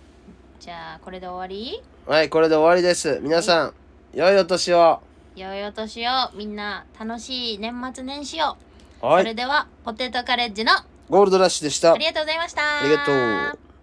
[SPEAKER 1] じゃあこれで終わり
[SPEAKER 2] はいこれで終わりです皆さん、良いお年を
[SPEAKER 1] 良いお年をみんな楽しい年末年始を、
[SPEAKER 2] は
[SPEAKER 1] それではポテトカレッジの
[SPEAKER 2] ゴールドラッシュでした
[SPEAKER 1] ありがとうございました
[SPEAKER 2] ありがとう